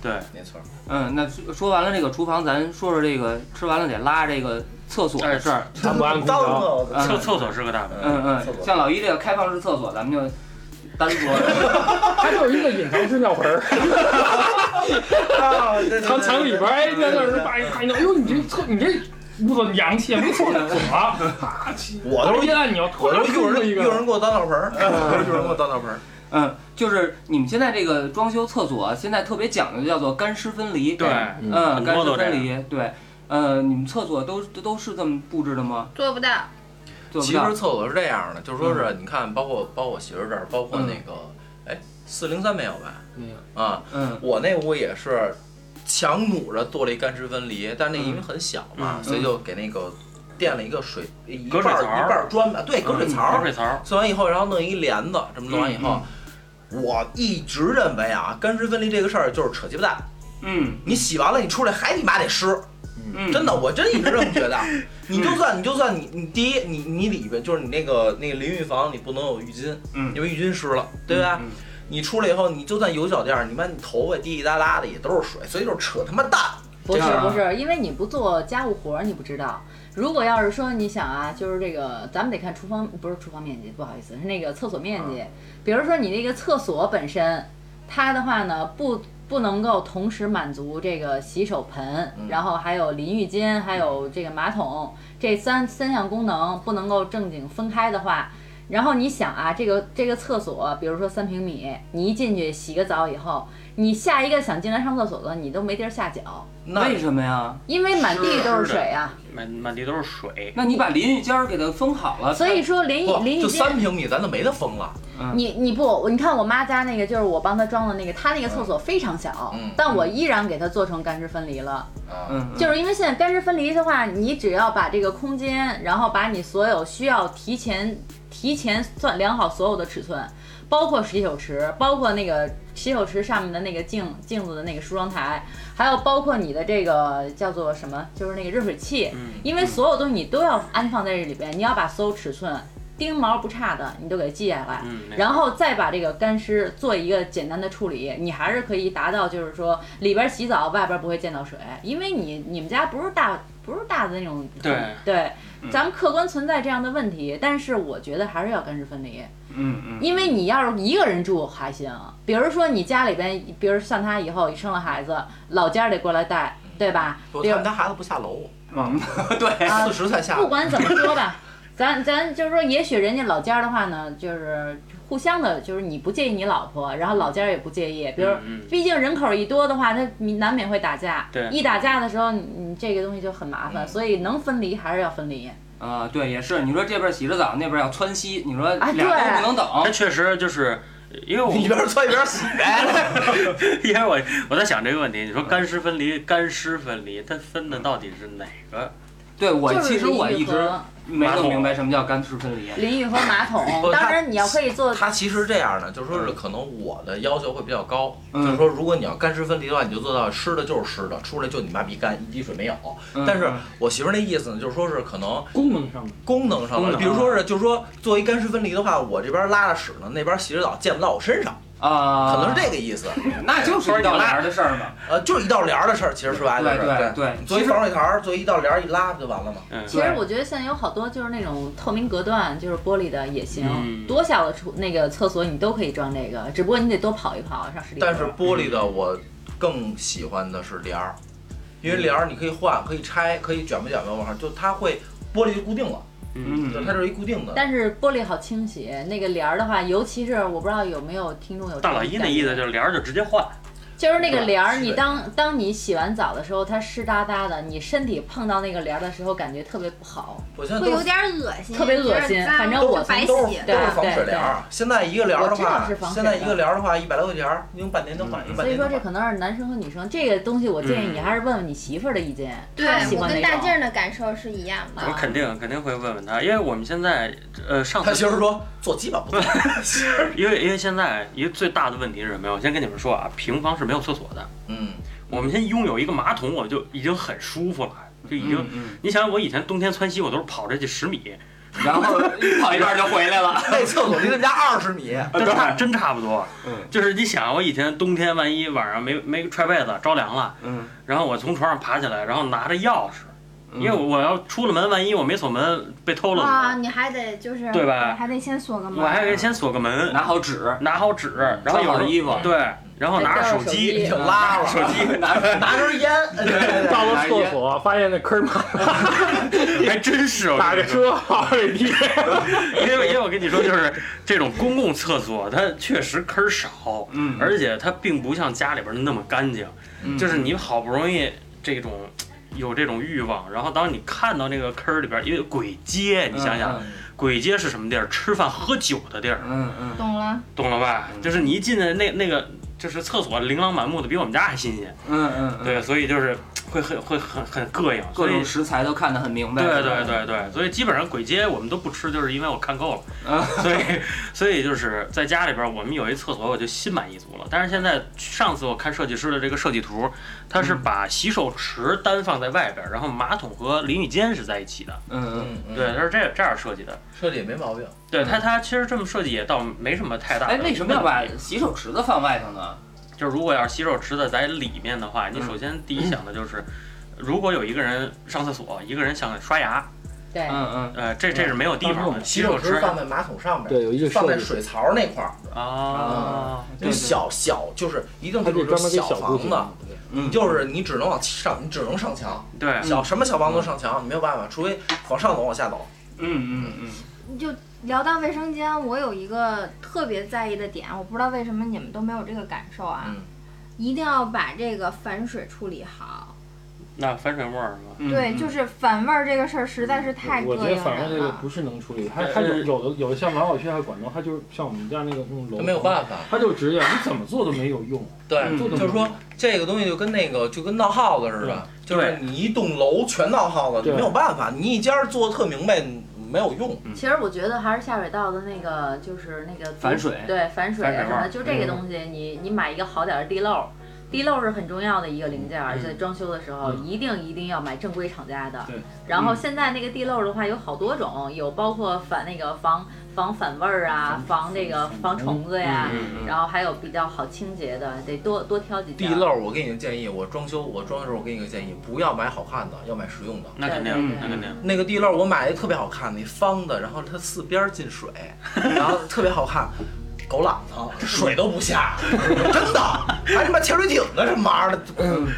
Speaker 2: 对，
Speaker 6: 没错，
Speaker 1: 嗯，那说说完了这个厨房，咱说说这个吃完了得拉这个厕所
Speaker 6: 哎
Speaker 1: 的事儿。
Speaker 3: 安不安空调？
Speaker 6: 了
Speaker 1: 嗯
Speaker 2: 厕厕所是个大门，
Speaker 1: 嗯
Speaker 6: 哎
Speaker 1: 嗯，像老一这个开放式厕所，咱们就单说。
Speaker 3: 它就是一个隐藏式尿盆儿，
Speaker 6: 啊，
Speaker 3: [LAUGHS] 藏藏里边儿，哎，在那儿叭一啪一弄，哎呦，你这厕你这屋子洋气，啊没错，怎么 [LAUGHS] 了？啪起
Speaker 6: 我都
Speaker 3: 一
Speaker 6: 是
Speaker 3: 按钮，
Speaker 6: 我都是
Speaker 3: 又
Speaker 6: 用人
Speaker 3: 一
Speaker 6: 用人
Speaker 3: 个，
Speaker 6: 给我当尿盆儿，我都是用人给我当尿盆儿。
Speaker 1: [LAUGHS] 嗯，就是你们现在这个装修厕所，现在特别讲究，叫做干湿分离。
Speaker 2: 对，
Speaker 1: 嗯，
Speaker 2: 很
Speaker 1: 干
Speaker 2: 多
Speaker 1: 湿
Speaker 2: 都这
Speaker 1: 分
Speaker 2: 样
Speaker 1: 离，对。呃，你们厕所都都都是这么布置的吗？
Speaker 5: 做不到。
Speaker 1: 做不
Speaker 6: 其
Speaker 1: 到
Speaker 6: 实厕所是这样的，就是说是
Speaker 2: 嗯
Speaker 6: 你看，包括包括我媳妇儿这儿，包括那个哎四零三没有吧？
Speaker 3: 没有
Speaker 6: 啊，
Speaker 1: 嗯
Speaker 6: 我那屋也是强努着做了一干湿分离，但那因为很小嘛，
Speaker 2: 嗯
Speaker 6: 所以就给那个垫了一个水一
Speaker 2: 隔
Speaker 6: 半
Speaker 2: 水
Speaker 6: 儿
Speaker 2: 槽嗯
Speaker 6: 一半儿砖吧，对，隔水槽
Speaker 2: 隔
Speaker 6: 儿。
Speaker 2: 水槽，嗯
Speaker 6: 做完以后，然后弄一帘子，这么弄完以后，我一直认为啊，干湿分离这个事儿就是扯鸡巴蛋。
Speaker 1: 嗯
Speaker 6: 你洗完了，你出来还你妈得湿，
Speaker 1: 嗯，
Speaker 6: 真的，我真一直这么觉得。你就算你就算你你第一你你里边就是你那个那个淋浴房你不能有浴巾，
Speaker 1: 嗯
Speaker 6: 因为浴巾湿了，对吧？
Speaker 1: 嗯
Speaker 6: 你出来以后，你就算有脚垫儿，你妈你头发滴滴答答的也都是水，所以就是扯他妈蛋。
Speaker 4: 不是
Speaker 1: 这样啊
Speaker 4: 不是，因为你不做家务活儿，你不知道。如果要是说你想啊，就是这个，咱们得看厨房，不是厨房面积，不好意思，是那个厕所面积。比如说你那个厕所本身，它的话呢，不不能够同时满足这个洗手盆，
Speaker 6: 嗯
Speaker 4: 然后还有淋浴间，还有这个马桶这三三项功能不能够正经分开的话。然后你想啊，这个这个厕所，比如说三平米，你一进去洗个澡以后，你下一个想进来上厕所的，你都没地儿下脚，
Speaker 6: 那
Speaker 1: 为什么呀？
Speaker 4: 因为满地都是水啊，
Speaker 2: 满满地都是水。
Speaker 1: 那你把淋浴间儿给它封好了，
Speaker 4: 所以说淋
Speaker 6: 不
Speaker 4: 浴淋浴
Speaker 6: 就三
Speaker 4: 间，
Speaker 6: 平米，咱就没得封了。
Speaker 4: 你你不，你看我妈家那个，就是我帮她装的那个，她那个厕所非常小，
Speaker 6: 嗯
Speaker 4: 但我依然给她做成干湿分离了，
Speaker 6: 啊，
Speaker 1: 嗯，嗯
Speaker 4: 就是因为现在干湿分离的话，你只要把这个空间，然后把你所有需要提前提前算量好所有的尺寸，包括洗手池，包括那个洗手池上面的那个镜镜子的那个梳妆台，还有包括你的这个叫做什么，就是那个热水器，因为所有东西你都要安放在这里边，你要把所有尺寸。丁毛不差的，你都给记下来，
Speaker 2: 嗯没错
Speaker 4: 然后再把这个干湿做一个简单的处理，你还是可以达到，就是说里边洗澡，外边不会溅到水，因为你你们家不是大不是大的那种，
Speaker 2: 对
Speaker 4: 对，
Speaker 1: 嗯
Speaker 4: 咱们客观存在这样的问题，但是我觉得还是要干湿分离，
Speaker 1: 嗯嗯
Speaker 4: 因为你要是一个人住还行，比如说你家里边，比如像他以后生了孩子，老家得过来带，对吧？
Speaker 6: 我
Speaker 4: 比如
Speaker 6: 看他孩子不下楼，
Speaker 1: 嗯，对，
Speaker 4: 啊
Speaker 6: 四十才下
Speaker 1: [LAUGHS]
Speaker 4: 不。管怎么说吧，咱咱就是说，也许人家老家的话呢，就是互相的，就是你不介意你老婆，然后老家也不介意。比如，
Speaker 2: 嗯
Speaker 4: 毕竟人口一多的话，他难免会打架。
Speaker 2: 对
Speaker 4: 一打架的时候，你你这个东西就很麻烦，所以能分离还是要分离。
Speaker 1: 啊、对，也是。你说这边洗着澡，那边要窜稀，你说
Speaker 4: 啊
Speaker 1: 俩都
Speaker 4: 对
Speaker 1: 不能等。
Speaker 2: 但确实就是因为我
Speaker 6: 一边窜一边洗呗。
Speaker 2: 因为我我在想这个问题，你说干湿分离，干湿分离，它分的到底是哪个？
Speaker 1: 对我
Speaker 4: 就是
Speaker 1: 其实我
Speaker 4: 淋浴
Speaker 1: 一直
Speaker 4: 和
Speaker 1: 没弄明白什么叫干湿分离。
Speaker 4: 淋浴和
Speaker 2: [LAUGHS]
Speaker 4: 马桶
Speaker 6: 不，
Speaker 4: 当
Speaker 6: 他
Speaker 4: 然你要可以做
Speaker 6: 他其实这样的，就是说是可能我的要求会比较高，
Speaker 1: 嗯
Speaker 6: 就是说如果你要干湿分离的话，你就做到湿的就是湿的，出来就你妈逼干，一滴水没有。
Speaker 1: 嗯
Speaker 6: 但是我媳妇儿那意思呢，就是说是可能
Speaker 3: 功能上面
Speaker 6: 功能上
Speaker 1: 功
Speaker 6: 的，
Speaker 1: 能
Speaker 6: 比如说是就是说作为干湿分离的话，我这边拉了屎呢，那边洗着澡溅不到我身上，
Speaker 1: 啊，
Speaker 6: 可能是这个意思。
Speaker 1: 这，那就是一道帘儿的事儿嘛。
Speaker 6: 呃，就是一道帘儿的事儿，其实说白了
Speaker 1: 对
Speaker 6: 就是
Speaker 1: 对
Speaker 6: 对。
Speaker 1: 对，
Speaker 6: 作
Speaker 1: 其
Speaker 6: 为
Speaker 1: 实
Speaker 6: 防水台儿，作为一道帘儿一拉不就完了吗？
Speaker 2: 嗯，
Speaker 4: 其实我觉得现在有好多就是那种透明隔断，就是玻璃的也行，
Speaker 2: 嗯
Speaker 4: 多小的厨那个厕所你都可以装这个，只不过你得多跑一跑上十
Speaker 1: 嗯
Speaker 4: 里。
Speaker 6: 但是玻璃的我更喜欢的是帘儿，因为帘儿你可以换，可以拆，可以卷吧卷吧往上，就它会玻璃就固定了，
Speaker 2: 嗯，
Speaker 1: 嗯
Speaker 6: 就它这是一固定的。
Speaker 4: 但是玻璃好清洗，那个帘儿的话，尤其是我不知道有没有听众有
Speaker 2: 大老一那意思就是帘儿就直接换，
Speaker 4: 就是那个帘儿，
Speaker 6: 是
Speaker 4: 你当当你洗完澡的时候，它湿哒哒的，你身体碰到那个帘儿的时候，感觉特别不好。
Speaker 6: 我现在
Speaker 5: 会
Speaker 6: 都
Speaker 5: 有
Speaker 6: 是
Speaker 5: 点恶心，
Speaker 4: 特别恶
Speaker 5: 有
Speaker 4: 心
Speaker 5: 点脏
Speaker 4: 反正
Speaker 5: 就
Speaker 4: 我从
Speaker 5: 白
Speaker 6: 都是
Speaker 5: 洗。
Speaker 4: 对
Speaker 6: 都是防水帘儿，现在一个帘儿的
Speaker 4: 我知道
Speaker 6: 话
Speaker 4: 是防，水
Speaker 6: 现
Speaker 4: 帘儿
Speaker 6: 在一个帘儿的话一百来块钱儿，用半年能换，用
Speaker 4: 所
Speaker 6: 半
Speaker 4: 以
Speaker 6: 年
Speaker 4: 说
Speaker 6: 能
Speaker 4: 这
Speaker 6: 换。
Speaker 4: 可能是男生和女生这个东西，我建议你还是问问你媳妇儿的意见，
Speaker 5: 对
Speaker 4: 她喜
Speaker 5: 我
Speaker 4: 欢
Speaker 5: 跟
Speaker 4: 哪
Speaker 5: 大
Speaker 4: 种
Speaker 5: 劲。儿的感受是一样的。
Speaker 2: 我肯定肯定会问问他，因为我们现在呃上
Speaker 6: 他
Speaker 2: 次
Speaker 6: 媳妇儿说做鸡巴不做，
Speaker 2: 因为因为现在一个最大的问题是什么呀？我先跟你们说啊，平房是没有厕所的，
Speaker 6: 嗯，
Speaker 2: 我们先拥有一个马桶，我就已经很舒服了，就已经。
Speaker 1: 嗯嗯，
Speaker 2: 你想想，我以前冬天窜稀，我都是跑这去十米，
Speaker 1: 然
Speaker 2: [LAUGHS]
Speaker 1: 后跑一段就回来了。
Speaker 6: 那厕所离他们家二十米，
Speaker 1: 啊
Speaker 2: 真差真差不多。
Speaker 1: 嗯
Speaker 2: 就是你想，啊我以前冬天万一晚上没没踹被子着凉了，
Speaker 1: 嗯，
Speaker 2: 然后我从床上爬起来，然后拿着钥匙，
Speaker 1: 嗯
Speaker 2: 因为我要出了门，万一我没锁门被偷了怎么
Speaker 5: 啊，
Speaker 2: 办，
Speaker 5: 你还得就是
Speaker 2: 对吧
Speaker 5: 还得先锁个门。
Speaker 2: 我还得先锁个门，
Speaker 1: 嗯拿好纸，
Speaker 2: 拿好纸，然后
Speaker 1: 穿好
Speaker 2: 有
Speaker 1: 衣服
Speaker 2: 对，然后拿着手
Speaker 4: 对
Speaker 2: 机
Speaker 6: 就拉
Speaker 2: [LAUGHS]
Speaker 6: 了，
Speaker 2: 手机，
Speaker 1: 拿
Speaker 6: 拿根烟，呃对对对
Speaker 3: 到了厕所发现那坑儿
Speaker 2: [LAUGHS] 还真是我
Speaker 3: 打
Speaker 2: 跟
Speaker 3: 个
Speaker 2: 你说
Speaker 3: [LAUGHS] 车往里贴，
Speaker 2: 因为因为我跟你说，就是这种公共厕所，它确实坑儿少，
Speaker 1: 嗯，
Speaker 2: 而且它并不像家里边儿那么干净。
Speaker 1: 嗯
Speaker 2: 就是你好不容易这种有这种欲望，然后当你看到那个坑儿里边儿，因为鬼街，你想想，
Speaker 1: 嗯
Speaker 2: 鬼街是什么地儿？吃饭喝酒的地儿，
Speaker 1: 嗯嗯
Speaker 5: 懂了，
Speaker 2: 懂了吧？
Speaker 1: 嗯
Speaker 2: 就是你一进来那那个就是厕所琳琅满目的，比我们家还新鲜。
Speaker 1: 嗯嗯，嗯，
Speaker 2: 对，所以就是会很会很很膈应，
Speaker 1: 各
Speaker 2: 所以
Speaker 1: 种。食材都看得很明白。
Speaker 2: 对对对对，所以基本上鬼街我们都不吃，就是因为我看够了。
Speaker 1: 啊，
Speaker 2: 所以， [LAUGHS] 所以就是在家里边，我们有一厕所，我就心满意足了。但是现在，上次我看设计师的这个设计图，他
Speaker 1: 嗯
Speaker 2: 是把洗手池单放在外边，然后马桶和淋浴间是在一起的。
Speaker 1: 嗯嗯。嗯
Speaker 6: 嗯，嗯
Speaker 2: 对，，他是这这样设计的。
Speaker 6: 设计也没毛病。
Speaker 2: 对他，他其实这么设计也倒没什么太大的。
Speaker 1: 哎，为什么要把？洗手池子放外头呢？
Speaker 2: 就是如果要是洗手池的在里面的话，你
Speaker 1: 嗯
Speaker 2: 首先第一想的就是，如果有一个人上厕所，一个人想刷牙，
Speaker 4: 对，
Speaker 1: 嗯嗯，
Speaker 2: 呃，这这是没有地
Speaker 1: 啊
Speaker 2: 方的。洗手
Speaker 6: 池
Speaker 2: 池
Speaker 6: 放在马桶上面，
Speaker 3: 对，有一个
Speaker 6: 放
Speaker 3: 设
Speaker 6: 在
Speaker 3: 计，
Speaker 6: 水槽那块儿，
Speaker 2: 啊，
Speaker 1: 对对
Speaker 6: 就小小就是一定
Speaker 3: 它
Speaker 6: 得
Speaker 3: 就是专门给
Speaker 6: 小
Speaker 3: 姑
Speaker 6: 房子，
Speaker 3: 娘，
Speaker 1: 嗯，
Speaker 6: 就是你只能往上，你只能上墙，
Speaker 2: 对，
Speaker 6: 小什么小房子都上墙，你没有办法，除非往上走往下走。
Speaker 1: 嗯嗯嗯
Speaker 5: 就聊到卫生间，我有一个特别在意的点，我不知道为什么你们都没有这个感受啊，
Speaker 6: 嗯
Speaker 5: 一定要把这个反水处理好。
Speaker 2: 那反水沫儿是吗？
Speaker 1: 嗯，
Speaker 5: 对，就是反味儿这个事儿实在是太膈
Speaker 3: 我
Speaker 5: 应
Speaker 3: 觉得反正这
Speaker 5: 人
Speaker 3: 个
Speaker 5: 了。啊
Speaker 3: 不是能处理，它它有有的有的像马老区还管道，它就是像我们家那个那种楼，
Speaker 6: 没有办法，
Speaker 3: 它就直接你怎么做都没有用，
Speaker 6: 对，
Speaker 3: 做都没有用
Speaker 6: 就是说这个东西就跟那个就跟闹耗子似的，就是你一栋楼全闹耗子，
Speaker 3: 对
Speaker 6: 你没有办法，你一家做的特明白没有用。
Speaker 4: 其实我觉得还是下水道的那个，就是那个
Speaker 1: 反水
Speaker 4: 对反水
Speaker 2: 反水
Speaker 4: 啊什
Speaker 2: 味
Speaker 4: 么
Speaker 2: 儿
Speaker 4: 的，就这个东西，你你买一个好点儿的地漏，地漏是很重要的一个零件儿，
Speaker 2: 嗯
Speaker 4: 在装修的时候
Speaker 3: 嗯
Speaker 4: 一定一定要买正规厂家的
Speaker 3: 对。
Speaker 4: 然后
Speaker 1: 嗯
Speaker 4: 现在那个地漏的话有好多种，有包括反那个防防反味儿啊，防这个防虫子呀，
Speaker 1: 嗯嗯
Speaker 4: 然后还有比较好清洁的，得多多挑几
Speaker 6: 地
Speaker 4: 家。
Speaker 6: 漏，我给你个建议，我装修我装修的时候我给你个建议，不要买好看的，要买实用的。
Speaker 2: 那肯定，那肯定。
Speaker 6: 那个地漏我买一特别好看的，一方的，然后它四边儿进水，然后特别好看。狗懒子，这水都不下，真的，还他妈潜水艇呢，这玩意儿的，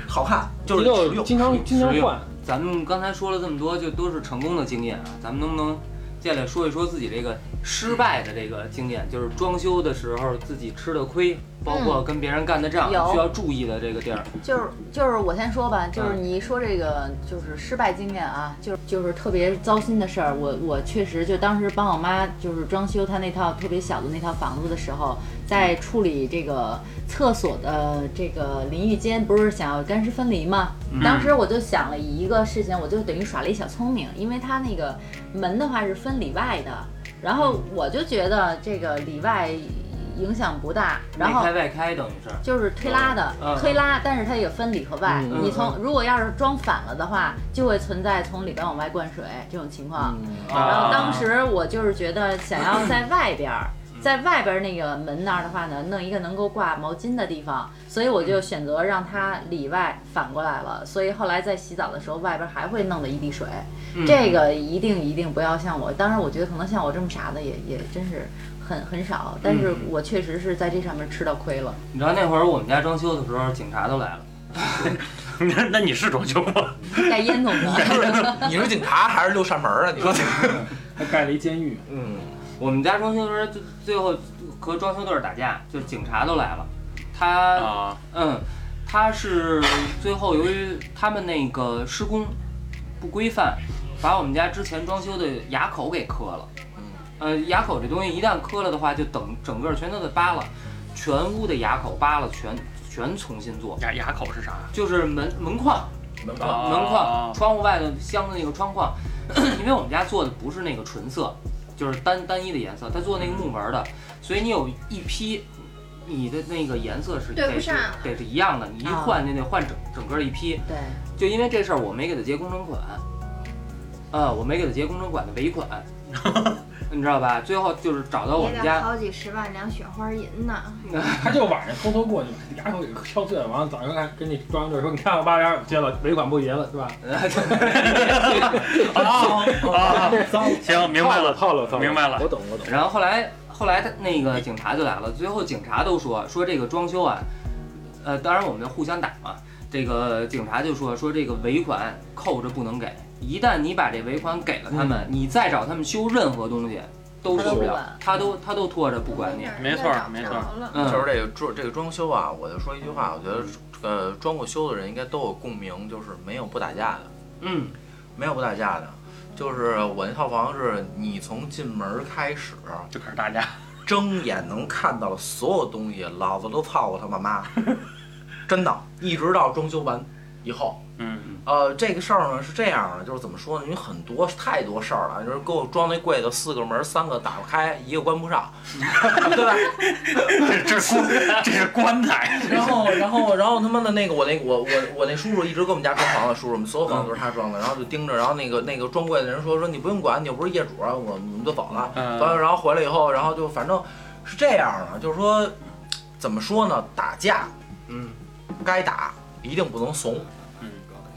Speaker 6: 好看就是实
Speaker 3: 就
Speaker 6: 用。
Speaker 3: 经常经常
Speaker 1: 实用
Speaker 3: 换，
Speaker 1: 咱们刚才说了这么多，就都是成功的经验啊。咱们能不能接下来说一说自己这个失败的这个经验，就是装修的时候自己吃的亏，包括跟别人干的仗，
Speaker 4: 嗯有
Speaker 1: 需要注意的这个地儿。
Speaker 4: 就是就是我先说吧，就是你一说这个就是失败经验啊，就是就是特别糟心的事儿。我我确实就当时帮我妈就是装修她那套特别小的那套房子的时候，在处理这个厕所的这个淋浴间，不是想要干湿分离吗？当时我就想了一个事情，我就等于耍了一小聪明，因为它那个门的话是分里外的，然后我就觉得这个里外影响不大，然后
Speaker 1: 内开外开等于是，
Speaker 4: 就是推拉的，
Speaker 1: 嗯
Speaker 4: 推拉，但是它也分里和外。
Speaker 3: 嗯
Speaker 4: 你从如果要是装反了的话，就会存在从里边往外灌水这种情况。
Speaker 3: 嗯
Speaker 4: 然
Speaker 3: 啊
Speaker 4: 后
Speaker 1: 啊
Speaker 4: 当时我就是觉得想要在外边儿。
Speaker 3: 嗯
Speaker 4: 在外边儿那个门那儿的话呢，弄一个能够挂毛巾的地方，所以我就选择让它里外反过来了。所以后来在洗澡的时候，外边儿还会弄得一地水。
Speaker 1: 嗯
Speaker 3: 嗯
Speaker 4: 这个一定一定不要像我，当然我觉得可能像我这么傻的也也真是很很少，但是
Speaker 3: 嗯
Speaker 4: 我确实是在这上面吃到亏了。
Speaker 1: 你知道那会儿我们家装修的时候，警察都来了。
Speaker 2: [LAUGHS] 那那你是装修吗？
Speaker 4: [LAUGHS] 带烟筒
Speaker 6: [LAUGHS]
Speaker 4: 的，
Speaker 6: [LAUGHS] 你是警察还是六扇门啊？你说这
Speaker 3: 还盖了一监狱，
Speaker 1: 嗯，我们家装修的时候，最最后和装修队儿打架，就是警察都来了。他、
Speaker 2: 啊，
Speaker 1: 嗯，他是最后由于他们那个施工不规范，把我们家之前装修的牙口给磕了。呃，牙口这东西一旦磕了的话，就等整个全都得扒了，全屋的牙口扒了，全全重新做，
Speaker 2: 牙牙口是啥？
Speaker 1: 就是门门框。
Speaker 6: 门
Speaker 1: 门
Speaker 2: 啊
Speaker 1: 门框、窗户外的镶的那个窗框， [CLEARS THROAT] 因为我们家做的不是那个纯色，就是单单一的颜色，它做那个木纹的，所以你有一批，你的那个颜色是
Speaker 5: 对不
Speaker 1: 得是
Speaker 5: 上
Speaker 1: 得是一样的，你一换就得换整整个一批，
Speaker 4: 对，
Speaker 1: 就因为这事儿我没给他结工程款，啊，我没给他结工程款的尾款，你知道吧？最后就是找到我
Speaker 5: 也
Speaker 1: 们
Speaker 5: 得
Speaker 1: 家，
Speaker 5: 好几十万两雪花银呢。
Speaker 3: 他就晚上偷偷过去，牙口给敲碎了，完了早上还跟你装这说，你看我八点五接了，尾款不结了是吧？
Speaker 2: 啊啊！
Speaker 3: 糟了，
Speaker 2: 行，明白了，
Speaker 3: 套了套了，
Speaker 2: 明白了
Speaker 3: 我懂我懂。
Speaker 1: 然后后来后来他那个警察就来了，最后警察都说说这个装修啊，呃，当然我们就互相打嘛。这个警察就说说这个尾款扣着不能给，一旦你把这尾款给了他们，
Speaker 6: 嗯
Speaker 1: 你再找他们修任何东西都修不了，他都他都拖着不管你。
Speaker 2: 没错儿没错儿
Speaker 1: 嗯，
Speaker 6: 就是这个装这个装修啊，我就说一句话，我觉得呃装过修的人应该都有共鸣，就是没有不打架的，
Speaker 1: 嗯
Speaker 6: 没有不打架的。就是我那套房是你从进门开始，
Speaker 2: 就开始打架，
Speaker 6: 睁眼能看到的所有东西，老子都操过他妈妈，真的，一直到装修完以后，
Speaker 2: 嗯，
Speaker 6: 呃，这个事儿呢是这样的，就是怎么说呢？因为很多太多事儿了，就是给我装那柜子，四个门，三个打不开，一个关不上， [LAUGHS] 对吧？
Speaker 2: 这这是棺这是棺材，
Speaker 6: [LAUGHS] 然后，然后，然后他妈的那个我那我我我那叔叔一直给我们家装房子，叔叔我们所有房子都是他装的，然后就盯着，然后那个那个装柜的人说说你不用管，你又不是业主，啊，我我们就走了。
Speaker 2: 嗯
Speaker 6: 完了，然后回来以后，然后就反正是这样的，就是说怎么说呢，打架
Speaker 1: 嗯，
Speaker 6: 该打一定不能怂，
Speaker 2: 嗯，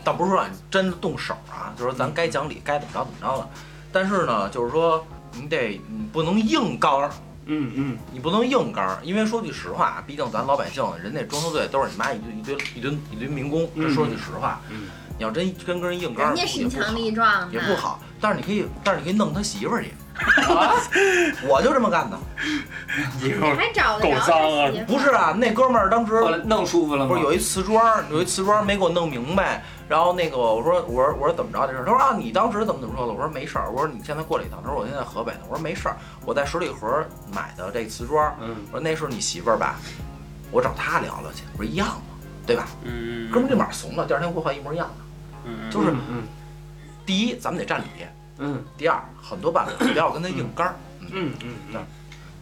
Speaker 6: 但不是说让你真的动手啊，就是说咱该讲理，该怎么着怎么着了。但是呢，就是说你得你不能硬刚儿，
Speaker 1: 嗯嗯，
Speaker 6: 你不能硬刚儿，因为说句实话，毕竟咱老百姓，人家装修队都是你妈一堆一堆一堆一堆民工，这说句实话，
Speaker 1: 嗯
Speaker 6: 你要真跟跟人硬刚儿，
Speaker 5: 人家
Speaker 6: 也
Speaker 5: 身
Speaker 6: 不好
Speaker 5: 强力壮
Speaker 6: 也
Speaker 5: 呢，
Speaker 6: 不好，但是你可以，但是你可以弄他媳妇
Speaker 1: [LAUGHS]
Speaker 6: 儿去，我就这么干的，
Speaker 2: 以后
Speaker 5: 你还找得着
Speaker 2: 够脏啊
Speaker 5: 他媳妇儿
Speaker 6: 不是啊，那哥们儿当时
Speaker 1: 后来弄舒服了
Speaker 6: 不
Speaker 1: 吗
Speaker 6: 是？有一瓷砖，有一瓷砖没给我弄明白，然后那个我说我说我说怎么着这事儿，他说啊你当时怎么怎么说的，我说没事儿，我说你现在过来一趟，他说我现在河北呢，我说没事儿，我在十里河买的这瓷砖，
Speaker 1: 嗯
Speaker 6: 我说那是你媳妇儿吧，我找她聊聊去，我说一样吗？对吧？
Speaker 2: 嗯，
Speaker 6: 哥们儿立马怂了，第二天给我换一模一样的。
Speaker 2: 嗯，
Speaker 6: 就是
Speaker 1: 嗯
Speaker 6: 第一，咱们得占理；
Speaker 1: 嗯
Speaker 6: 第二，很多办法不要跟他硬刚儿。
Speaker 1: 嗯嗯嗯，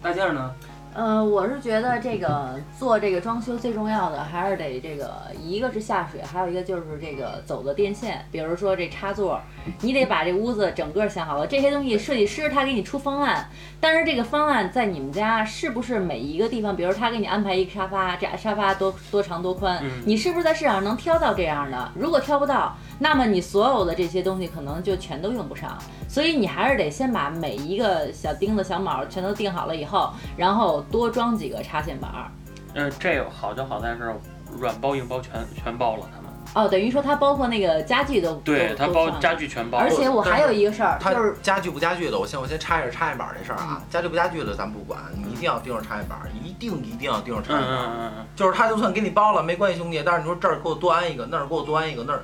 Speaker 1: 大件呢？
Speaker 4: 呃，我是觉得这个做这个装修最重要的还是得这个，一个是下水，还有一个就是这个走的电线，比如说这插座，你得把这屋子整个想好了。这些东西设计师他给你出方案，但是这个方案在你们家是不是每一个地方，比如他给你安排一个沙发，这沙发多多长多宽，
Speaker 2: 嗯
Speaker 4: 你是不是在市场上能挑到这样的？如果挑不到，那么你所有的这些东西可能就全都用不上。所以你还是得先把每一个小钉子、小卯全都定好了以后，然后多装几个插线板儿。
Speaker 2: 呃嗯，这个好就好在是软包硬包全全包了他们，
Speaker 4: 哦，等于说它包括那个家具都
Speaker 2: 对，它包家。具全
Speaker 4: 都
Speaker 2: 包
Speaker 4: 都算了而
Speaker 2: 了。
Speaker 4: 且我还有一个事儿，
Speaker 6: 它
Speaker 4: 就是嗯
Speaker 6: 家具不家具的，我先我先插一下插一板这事儿啊，家具不家具的咱不管，你一定要盯着插一板，一定一定要盯着
Speaker 2: 嗯
Speaker 6: 插一板。
Speaker 2: 嗯嗯嗯，
Speaker 6: 就是他就算给你包了没关系，兄弟，但是你说这儿给我多安一个，那儿给我多安一个，那儿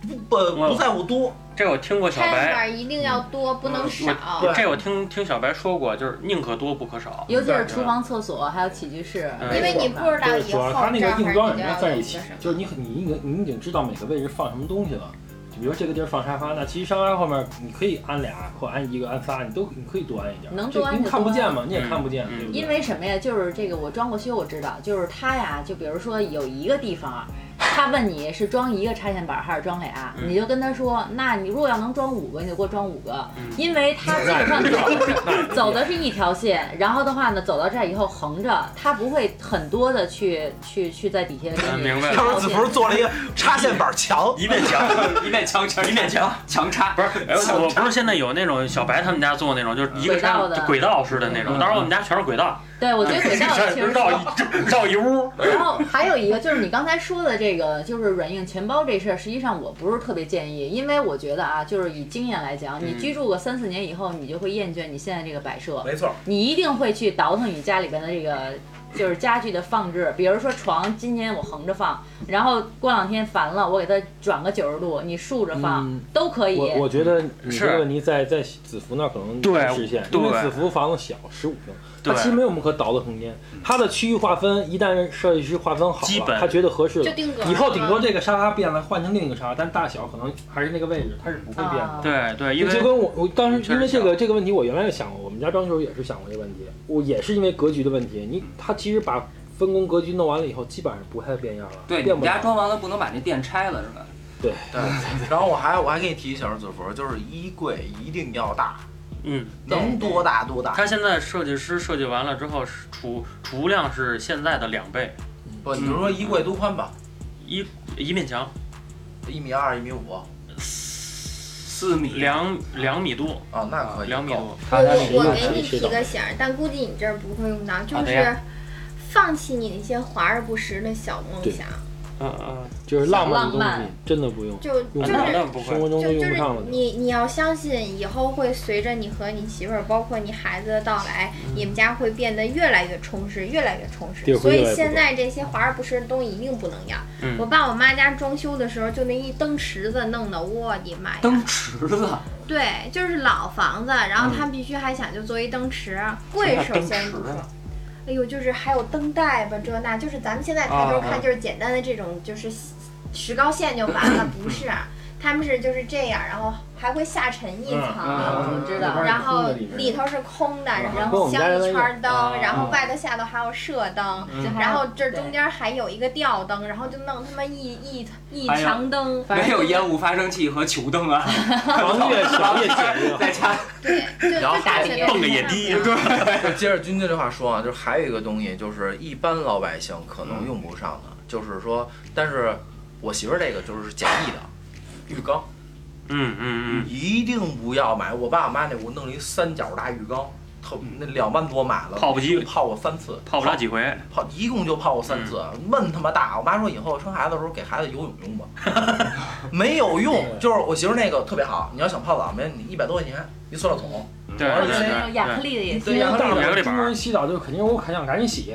Speaker 6: 不不
Speaker 2: 我
Speaker 6: 不在乎多，
Speaker 2: 这我听过小
Speaker 5: 拆板
Speaker 2: 白，
Speaker 5: 儿一定要多，不能少。
Speaker 6: 对
Speaker 2: 这我听听小白说过，就是宁可多不可少。
Speaker 4: 尤其是厨房、厕所还有起居室，
Speaker 2: 嗯
Speaker 5: 因为你不知道
Speaker 3: 对，
Speaker 5: 以
Speaker 3: 主要
Speaker 5: 后
Speaker 3: 它那个
Speaker 5: 这
Speaker 3: 硬
Speaker 5: 块
Speaker 3: 装
Speaker 5: 儿
Speaker 3: 软
Speaker 5: 你
Speaker 3: 件
Speaker 5: 要
Speaker 3: 在一
Speaker 5: 有
Speaker 3: 起
Speaker 5: 个什，么
Speaker 3: 就是你很你已经你已经知道每个位置放什么东西了。就比如这个地儿放沙发，那其实沙发后面你可以安俩或安一个、安仨，你都你可以多安一点。
Speaker 4: 能
Speaker 3: 这
Speaker 4: 多安
Speaker 3: 因为
Speaker 4: 就
Speaker 3: 看不
Speaker 4: 多
Speaker 3: 见嘛，你也看不见，
Speaker 2: 嗯
Speaker 3: 对不对？
Speaker 4: 因为什么呀？就是这个我装过修，我知道，就是他呀，就比如说有一个地
Speaker 2: [LAUGHS]
Speaker 4: 方啊，他问你是装一个插线板还是装俩，
Speaker 2: 嗯
Speaker 4: 你就跟他说，那你如果要能装五个，你就给我装五个，
Speaker 2: 嗯
Speaker 4: 因为他基本上
Speaker 3: 嗯
Speaker 4: 走走的是一条线，然后的话呢，走到这儿以后横着，他不会很多的去去去在底下
Speaker 2: 嗯
Speaker 4: 给你
Speaker 2: 明白
Speaker 6: [LAUGHS] 要
Speaker 2: 了
Speaker 6: 是子福做了一个插线板墙，
Speaker 2: 一面墙，
Speaker 1: 一面墙墙
Speaker 2: 一面墙。
Speaker 1: 强插，
Speaker 2: 不是， [LAUGHS] 哎我不是现在有那种小白他们家做那种，就是一个
Speaker 4: 轨道
Speaker 2: 山
Speaker 4: 的
Speaker 2: 轨道似的那种。
Speaker 3: 嗯
Speaker 2: 当时我们家全是轨道，
Speaker 4: 对，我觉得
Speaker 3: [LAUGHS]
Speaker 4: 轨道其实是
Speaker 2: 绕一绕一 [LAUGHS] 屋。
Speaker 4: 然后还有一个就是你刚才说的这个，就是软硬全包这事儿，实际上我不是特别建议，因为我觉得啊，就是以经验来讲，你
Speaker 3: 嗯
Speaker 4: 居住个三四年以后，你就会厌倦你现在这个摆设，
Speaker 6: 没错，
Speaker 4: 你一定会去倒腾你家里边的这个。就是家具的放置，比如说床，今年我横着放，然后过两天烦了，我给它转个九十度，你竖着放、
Speaker 3: 嗯
Speaker 4: 都可以。
Speaker 3: 我我觉得你
Speaker 2: 是
Speaker 3: 这个问题在在子福那儿可能
Speaker 2: 对
Speaker 3: 能实现，
Speaker 2: 对
Speaker 3: 因为子福房子小，十五平，
Speaker 2: 对嗯
Speaker 3: 它其实没有我们可倒的空间。它的区域划分一旦设计师划分好
Speaker 2: 基
Speaker 3: 了，
Speaker 2: 本
Speaker 3: 他觉得合适了
Speaker 5: 就，定格。
Speaker 3: 以后顶多这个沙发变了，换成另一个沙发，但大小可能还是那个位置，它是不会变的。
Speaker 4: 啊、
Speaker 2: 对对，因
Speaker 3: 就
Speaker 2: 为
Speaker 3: 跟我我当时因为这
Speaker 2: 确实
Speaker 3: 个这个问题，我原来也想过，我们家装修也是想过这个问题，我也是因为格局的问
Speaker 2: 嗯
Speaker 3: 题，你他其实把分工格局弄完了以后，基本上不太变样了，
Speaker 1: 对，你
Speaker 3: 变
Speaker 1: 们
Speaker 3: 不
Speaker 1: 家
Speaker 3: 了。
Speaker 1: 装完了不能把那店拆了是吧？
Speaker 6: 对。然后我还我还给你提醒子福，就是衣柜一定要大，
Speaker 2: 嗯，
Speaker 6: 能多大多大。
Speaker 2: 他现在设计师设计完了之后，是储储物量是现在的两倍，
Speaker 6: 不，你
Speaker 2: 嗯
Speaker 6: 就说衣柜多宽吧，
Speaker 2: 一一面墙
Speaker 6: 一米二、一米五
Speaker 1: 四米，
Speaker 2: 两两米多，
Speaker 6: 啊，那可以。
Speaker 2: 两米
Speaker 6: 够
Speaker 2: 多。
Speaker 3: [LAUGHS] 他
Speaker 5: 我
Speaker 3: 他是一
Speaker 5: 我
Speaker 3: 个
Speaker 5: 给你
Speaker 3: 谁啊
Speaker 5: 提
Speaker 3: 懂
Speaker 5: 个醒儿，但估计你这儿不会用到，就
Speaker 2: 好的
Speaker 5: 是
Speaker 2: 呀
Speaker 5: 放弃你那些华而不实的小梦
Speaker 3: 对
Speaker 5: 想，
Speaker 2: 嗯嗯，
Speaker 3: 就是浪漫的
Speaker 4: 浪
Speaker 3: 东
Speaker 4: 漫
Speaker 3: 西真的不用，
Speaker 5: 就就
Speaker 3: 用
Speaker 2: 啊
Speaker 5: 是
Speaker 3: 不
Speaker 2: 那
Speaker 3: 上
Speaker 2: 那不
Speaker 3: 生
Speaker 2: 会，
Speaker 3: 活中都
Speaker 5: 就
Speaker 3: 用
Speaker 5: 就
Speaker 3: 不
Speaker 5: 是
Speaker 3: 上了。
Speaker 5: 你你要相信，以后会随着你和你媳妇儿，包括你孩子的到来，你们家会变得越来越充实，越来越充
Speaker 3: 嗯对
Speaker 5: 实。
Speaker 3: 会
Speaker 5: 所
Speaker 3: 越
Speaker 5: 以
Speaker 3: 来越
Speaker 5: 现
Speaker 3: 不
Speaker 5: 在这些华而不实的东西一定不能要。
Speaker 2: 嗯
Speaker 5: 我爸我妈家装修的时候，就那一灯池子弄的，我的妈呀！
Speaker 1: 灯池子，
Speaker 5: 对，就是老房子，然后他们必须还想就做一灯池，贵首先不说。哎呦，就是还有灯带吧，这那，就是咱们现在抬头
Speaker 2: 啊啊
Speaker 5: 看，就是简单的这种，就是石膏线就完了，不是？ [CLEARS THROAT] 他们是就是这样，然后还会下沉一层，
Speaker 3: 啊
Speaker 4: 嗯我知道
Speaker 5: 然后里头是空的，然
Speaker 3: 嗯跟我
Speaker 5: 后
Speaker 3: 们
Speaker 5: 镶
Speaker 3: 家原来
Speaker 5: 一
Speaker 3: 一
Speaker 5: 圈
Speaker 3: 样
Speaker 5: 儿灯，
Speaker 2: 啊
Speaker 5: 然后外头下头还有射灯，
Speaker 4: 就还
Speaker 5: 然后这中
Speaker 4: 对
Speaker 5: 间还有一个吊灯，然后就弄他妈一一一
Speaker 1: 哎呀
Speaker 5: 墙灯，
Speaker 4: 反正
Speaker 1: 没有烟雾发生器和球灯
Speaker 4: [LAUGHS]
Speaker 1: 啊，。
Speaker 2: [LAUGHS]
Speaker 3: 房越小越简约
Speaker 1: 在家
Speaker 5: 对，就就
Speaker 6: 然后
Speaker 5: 大学
Speaker 2: 蹦个野迪
Speaker 4: [LAUGHS]
Speaker 5: 对。
Speaker 6: 就接着君君这话说啊，就是还有一个东西，就是一般老百姓可能
Speaker 2: 嗯
Speaker 6: 用不上的，就是说，但是我媳妇儿这个就是简易的浴缸，
Speaker 2: 嗯嗯
Speaker 6: 一定不要买。我爸我妈那屋弄了一三角大浴缸，特那两万多买了，
Speaker 2: 嗯泡不及
Speaker 6: 泡过三次
Speaker 2: 嗯，，泡不了几回，
Speaker 6: 泡一共就泡过三次，
Speaker 2: 嗯
Speaker 6: 闷他妈大！我妈说以后生孩子的时候给孩子游泳用吧， [LAUGHS] 没有用，就是我媳妇儿那个特别好，你要想泡澡，没你一百多块钱一塑料桶，
Speaker 2: 对
Speaker 6: 而
Speaker 4: 而
Speaker 6: 且
Speaker 4: 且
Speaker 2: 对
Speaker 4: 嗯那
Speaker 2: 对
Speaker 4: 种亚克
Speaker 2: 对，
Speaker 4: 力的
Speaker 7: 嗯
Speaker 4: 也
Speaker 6: 对
Speaker 4: 行
Speaker 6: 亚克力
Speaker 3: 大
Speaker 2: 两
Speaker 3: 晚
Speaker 2: 个礼
Speaker 3: 上
Speaker 2: 拜
Speaker 3: 中国人洗澡就肯定我肯想赶紧洗，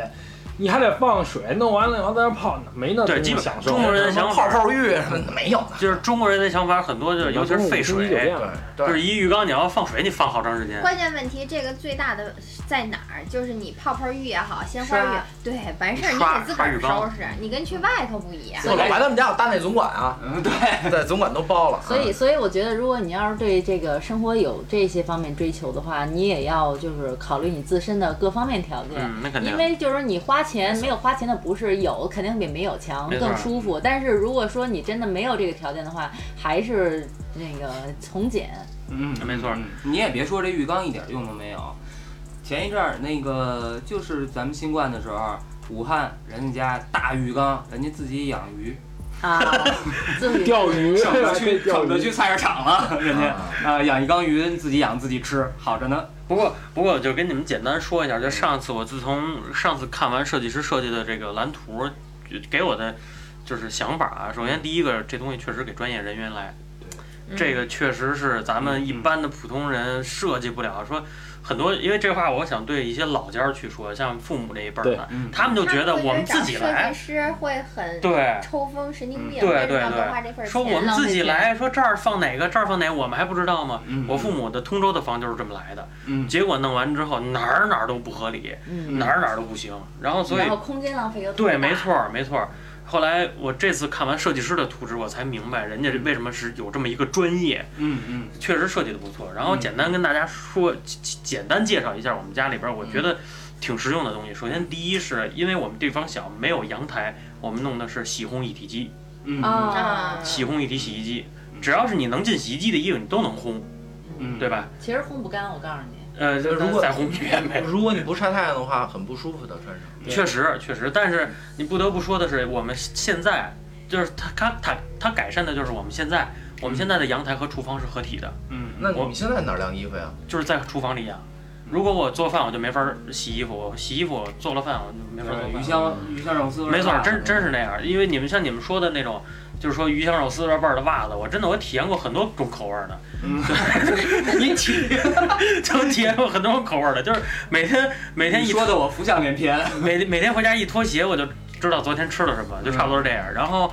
Speaker 3: 你还得放水，弄完了以后在那泡呢，没那
Speaker 2: 对
Speaker 3: 多
Speaker 2: 基本
Speaker 3: 享受。
Speaker 2: 中国人的
Speaker 6: 什么
Speaker 2: 想
Speaker 6: 泡
Speaker 2: 法嗯
Speaker 6: 泡浴什么的没有的，
Speaker 2: 就是中国人的想法很多，就是尤其是废
Speaker 3: 中国人
Speaker 2: 水哎
Speaker 3: 有，这样
Speaker 6: 对
Speaker 2: 就是一浴缸你要放水，你放好长时间。
Speaker 5: 关键问题，这个最大的在哪儿？就是你泡泡浴也好，鲜花浴
Speaker 4: 刷
Speaker 5: 对，完事儿你
Speaker 2: 刷
Speaker 5: 得自个
Speaker 2: 刷浴
Speaker 5: 儿
Speaker 2: 缸
Speaker 5: 收拾，你跟去外头不一样。
Speaker 6: 我老白他们家有大内总管啊，
Speaker 1: 嗯，对，
Speaker 6: 在总管都包了。
Speaker 4: 所
Speaker 2: 嗯
Speaker 4: 以，所以我觉得，如果你要是对这个生活有这些方面追求的话，你也要就是考虑你自身的各方面条件。
Speaker 2: 嗯，那肯定
Speaker 4: 因。为就是你花钱没有花钱的不是有，肯定比没有强
Speaker 2: 没错
Speaker 4: 更舒服。但是如果说你真的没有这个条件的话，还是那个从简。
Speaker 1: 嗯，
Speaker 2: 没错
Speaker 1: 嗯你也别说这浴缸一点用都没有。前一阵儿那个就是咱们新冠的时候，武汉人家家大浴缸，人家自己养
Speaker 3: [LAUGHS]
Speaker 1: 鱼，
Speaker 4: 啊，
Speaker 2: [LAUGHS]
Speaker 4: 自己
Speaker 3: 钓鱼，
Speaker 1: 省得
Speaker 3: 对
Speaker 1: 去
Speaker 3: 钓
Speaker 1: 省得
Speaker 3: 鱼
Speaker 1: 去。菜市场
Speaker 3: [LAUGHS]
Speaker 1: 了，人家
Speaker 6: 啊
Speaker 1: 啊养一缸鱼自己养自己吃，好着呢。
Speaker 2: 不过，不过就跟你们简单说一下，就上次我自从上次看完设计师设计的这个蓝图，就给我的就是想法啊。首先第一个，这东西确实给专业人员来，
Speaker 4: 嗯
Speaker 2: 这个确实是咱们一般的普通人设计不了。说很多，因为这话我想对一些老家儿去说，像父母这一辈儿的，
Speaker 1: 嗯，
Speaker 2: 他们就觉得我们自己
Speaker 7: 设
Speaker 2: 来，
Speaker 7: 计师会很
Speaker 2: 对。嗯
Speaker 7: 抽风神经病，
Speaker 2: 对
Speaker 7: 为什
Speaker 2: 对
Speaker 7: 么要多
Speaker 2: 对
Speaker 7: 花这份
Speaker 2: 说
Speaker 7: 钱
Speaker 2: 我们
Speaker 4: 浪费
Speaker 2: 自己
Speaker 4: 钱
Speaker 2: 来说这儿放哪个，这儿放哪个，我们还不知道吗？
Speaker 1: 嗯
Speaker 2: 我父母的通州的房就是这么来的，
Speaker 1: 嗯
Speaker 2: 结果弄完之后哪儿哪儿都不合理，
Speaker 4: 嗯，
Speaker 2: 哪儿哪儿都不行。然后所以
Speaker 4: 然后空间浪费又特
Speaker 2: 对，
Speaker 4: 大
Speaker 2: 没错儿，没错儿。后来我这次看完设计师的图纸，我才明白人家为什么是有这么一个专业，
Speaker 1: 嗯嗯
Speaker 2: 确实设计的不错。然后简单跟大家说，简简单介绍一下我们家里边儿我
Speaker 1: 嗯
Speaker 2: 觉得挺实用的东西。首先第一是因为我们地方小，没有阳台，我们弄的是洗烘一体机，
Speaker 1: 嗯
Speaker 4: 啊。
Speaker 2: 洗烘一体洗衣机，只要是你能进洗衣机的衣服，你都能烘，
Speaker 1: 嗯，
Speaker 2: 对吧？
Speaker 4: 其实烘不干，我告诉你，
Speaker 2: 呃，
Speaker 6: 那如果
Speaker 2: 再烘一遍呗。
Speaker 6: [LAUGHS] 如果你不晒太阳的话，很不舒服的，穿上。
Speaker 3: 对
Speaker 2: 确实，确实，但是你不得不说的是，我们现在就是它它它它改善的就是我们现在我们现在的阳台和厨房是合体的，
Speaker 1: 嗯
Speaker 6: 那
Speaker 2: 我
Speaker 6: 你现在哪儿晾衣服呀？
Speaker 2: 就是在厨房里养。如果我做饭，我就没法儿洗衣服；我洗衣服，我做了饭，我就没法儿做
Speaker 1: 鱼
Speaker 2: 饭。
Speaker 1: 香鱼香肉丝味儿
Speaker 2: 没错
Speaker 1: 大，
Speaker 2: 真真是那样。因为你们像你们说的那种，就是说鱼香肉丝啊味儿的袜子，我真的我体验过很多种口味儿的。 [LAUGHS]
Speaker 1: 嗯
Speaker 2: 你体就体验过很多种口味儿的，就是每天每天
Speaker 1: 你
Speaker 2: 一
Speaker 1: 说的我浮想联翩，
Speaker 2: 每每天回家一脱鞋，我就知道昨天吃了什么，就差不多是这样。然后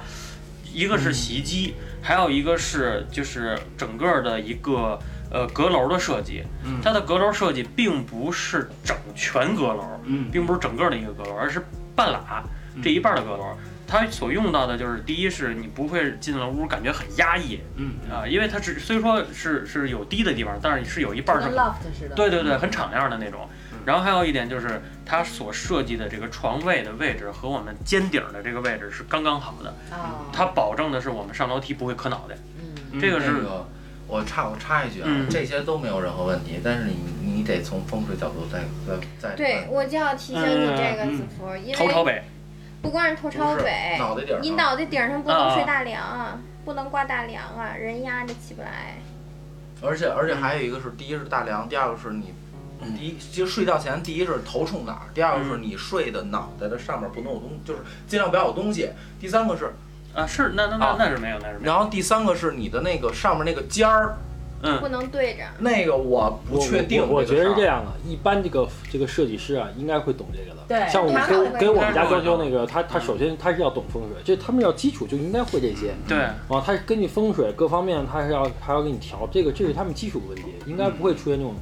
Speaker 2: 一个
Speaker 1: 嗯
Speaker 2: 是洗衣机，还有一个是就是整个的一个呃阁楼的设计
Speaker 1: 嗯。
Speaker 2: 它的阁楼设计并不是整全阁楼，
Speaker 1: 嗯
Speaker 2: 并不是整个的一个阁楼，而是半拉
Speaker 1: 嗯
Speaker 2: 这一半的阁楼。它所用到的就是，第一是你不会进了屋感觉很压抑
Speaker 1: 嗯
Speaker 2: 啊，因为它是虽说是是有低的地方，但是是有一半儿
Speaker 4: 就跟
Speaker 2: 是
Speaker 4: loft 似的。
Speaker 2: 对对对，很敞亮的那种
Speaker 1: 嗯。
Speaker 2: 然后还有一点就是，它所设计的这个床位的位置和我们尖顶儿的这个位置是刚刚好的，
Speaker 4: 啊，
Speaker 2: 它保证的是我们上楼梯不会磕脑袋。
Speaker 4: 嗯，
Speaker 1: 嗯
Speaker 2: 这个
Speaker 6: 这
Speaker 2: 是
Speaker 6: 个我插我插一句啊
Speaker 2: 嗯，
Speaker 6: 这些都没有任何问题，但是你你得从风水角度再再再
Speaker 7: 对，我就要提醒你这个
Speaker 1: 嗯
Speaker 7: 子服，因
Speaker 2: 头朝
Speaker 7: 为
Speaker 2: 北，
Speaker 7: 不光是头朝
Speaker 6: 不是
Speaker 7: 北，
Speaker 6: 脑袋顶儿
Speaker 7: 你
Speaker 6: 上
Speaker 7: 脑袋顶上不能
Speaker 2: 啊
Speaker 7: 睡大梁啊，不能挂大梁啊，人压着起不来。
Speaker 6: 而且而且还有一个是，第一是大梁，第二个是你，
Speaker 2: 嗯
Speaker 6: 第一其实睡觉前，第一是头冲哪儿，第二个是你睡的脑袋的上面不能有东，就是尽量不要有东西。第三个是，
Speaker 2: 啊，是那那那
Speaker 6: 啊
Speaker 2: 那是没有，那是没有。
Speaker 6: 然后第三个是你的那个上面那个尖儿，
Speaker 2: 嗯
Speaker 7: 不能对着。
Speaker 6: 那个我不
Speaker 3: 我
Speaker 6: 确定
Speaker 3: 我我
Speaker 6: 个
Speaker 3: 觉得是这
Speaker 6: 事儿。
Speaker 3: 样的，一般这个这个设计师啊，应该会懂这个的。
Speaker 4: 对
Speaker 3: 像我
Speaker 7: 他
Speaker 3: 跟
Speaker 7: 会
Speaker 3: 跟我们
Speaker 2: 他
Speaker 3: 家
Speaker 2: 会
Speaker 3: 装修那个，他他首先他是要懂风水，就他们要基础就应该会这些。
Speaker 2: 对，
Speaker 3: 啊，他是根据风水各方面，他是要还要给你调，这个这是他们基础问题，应该不会出现这种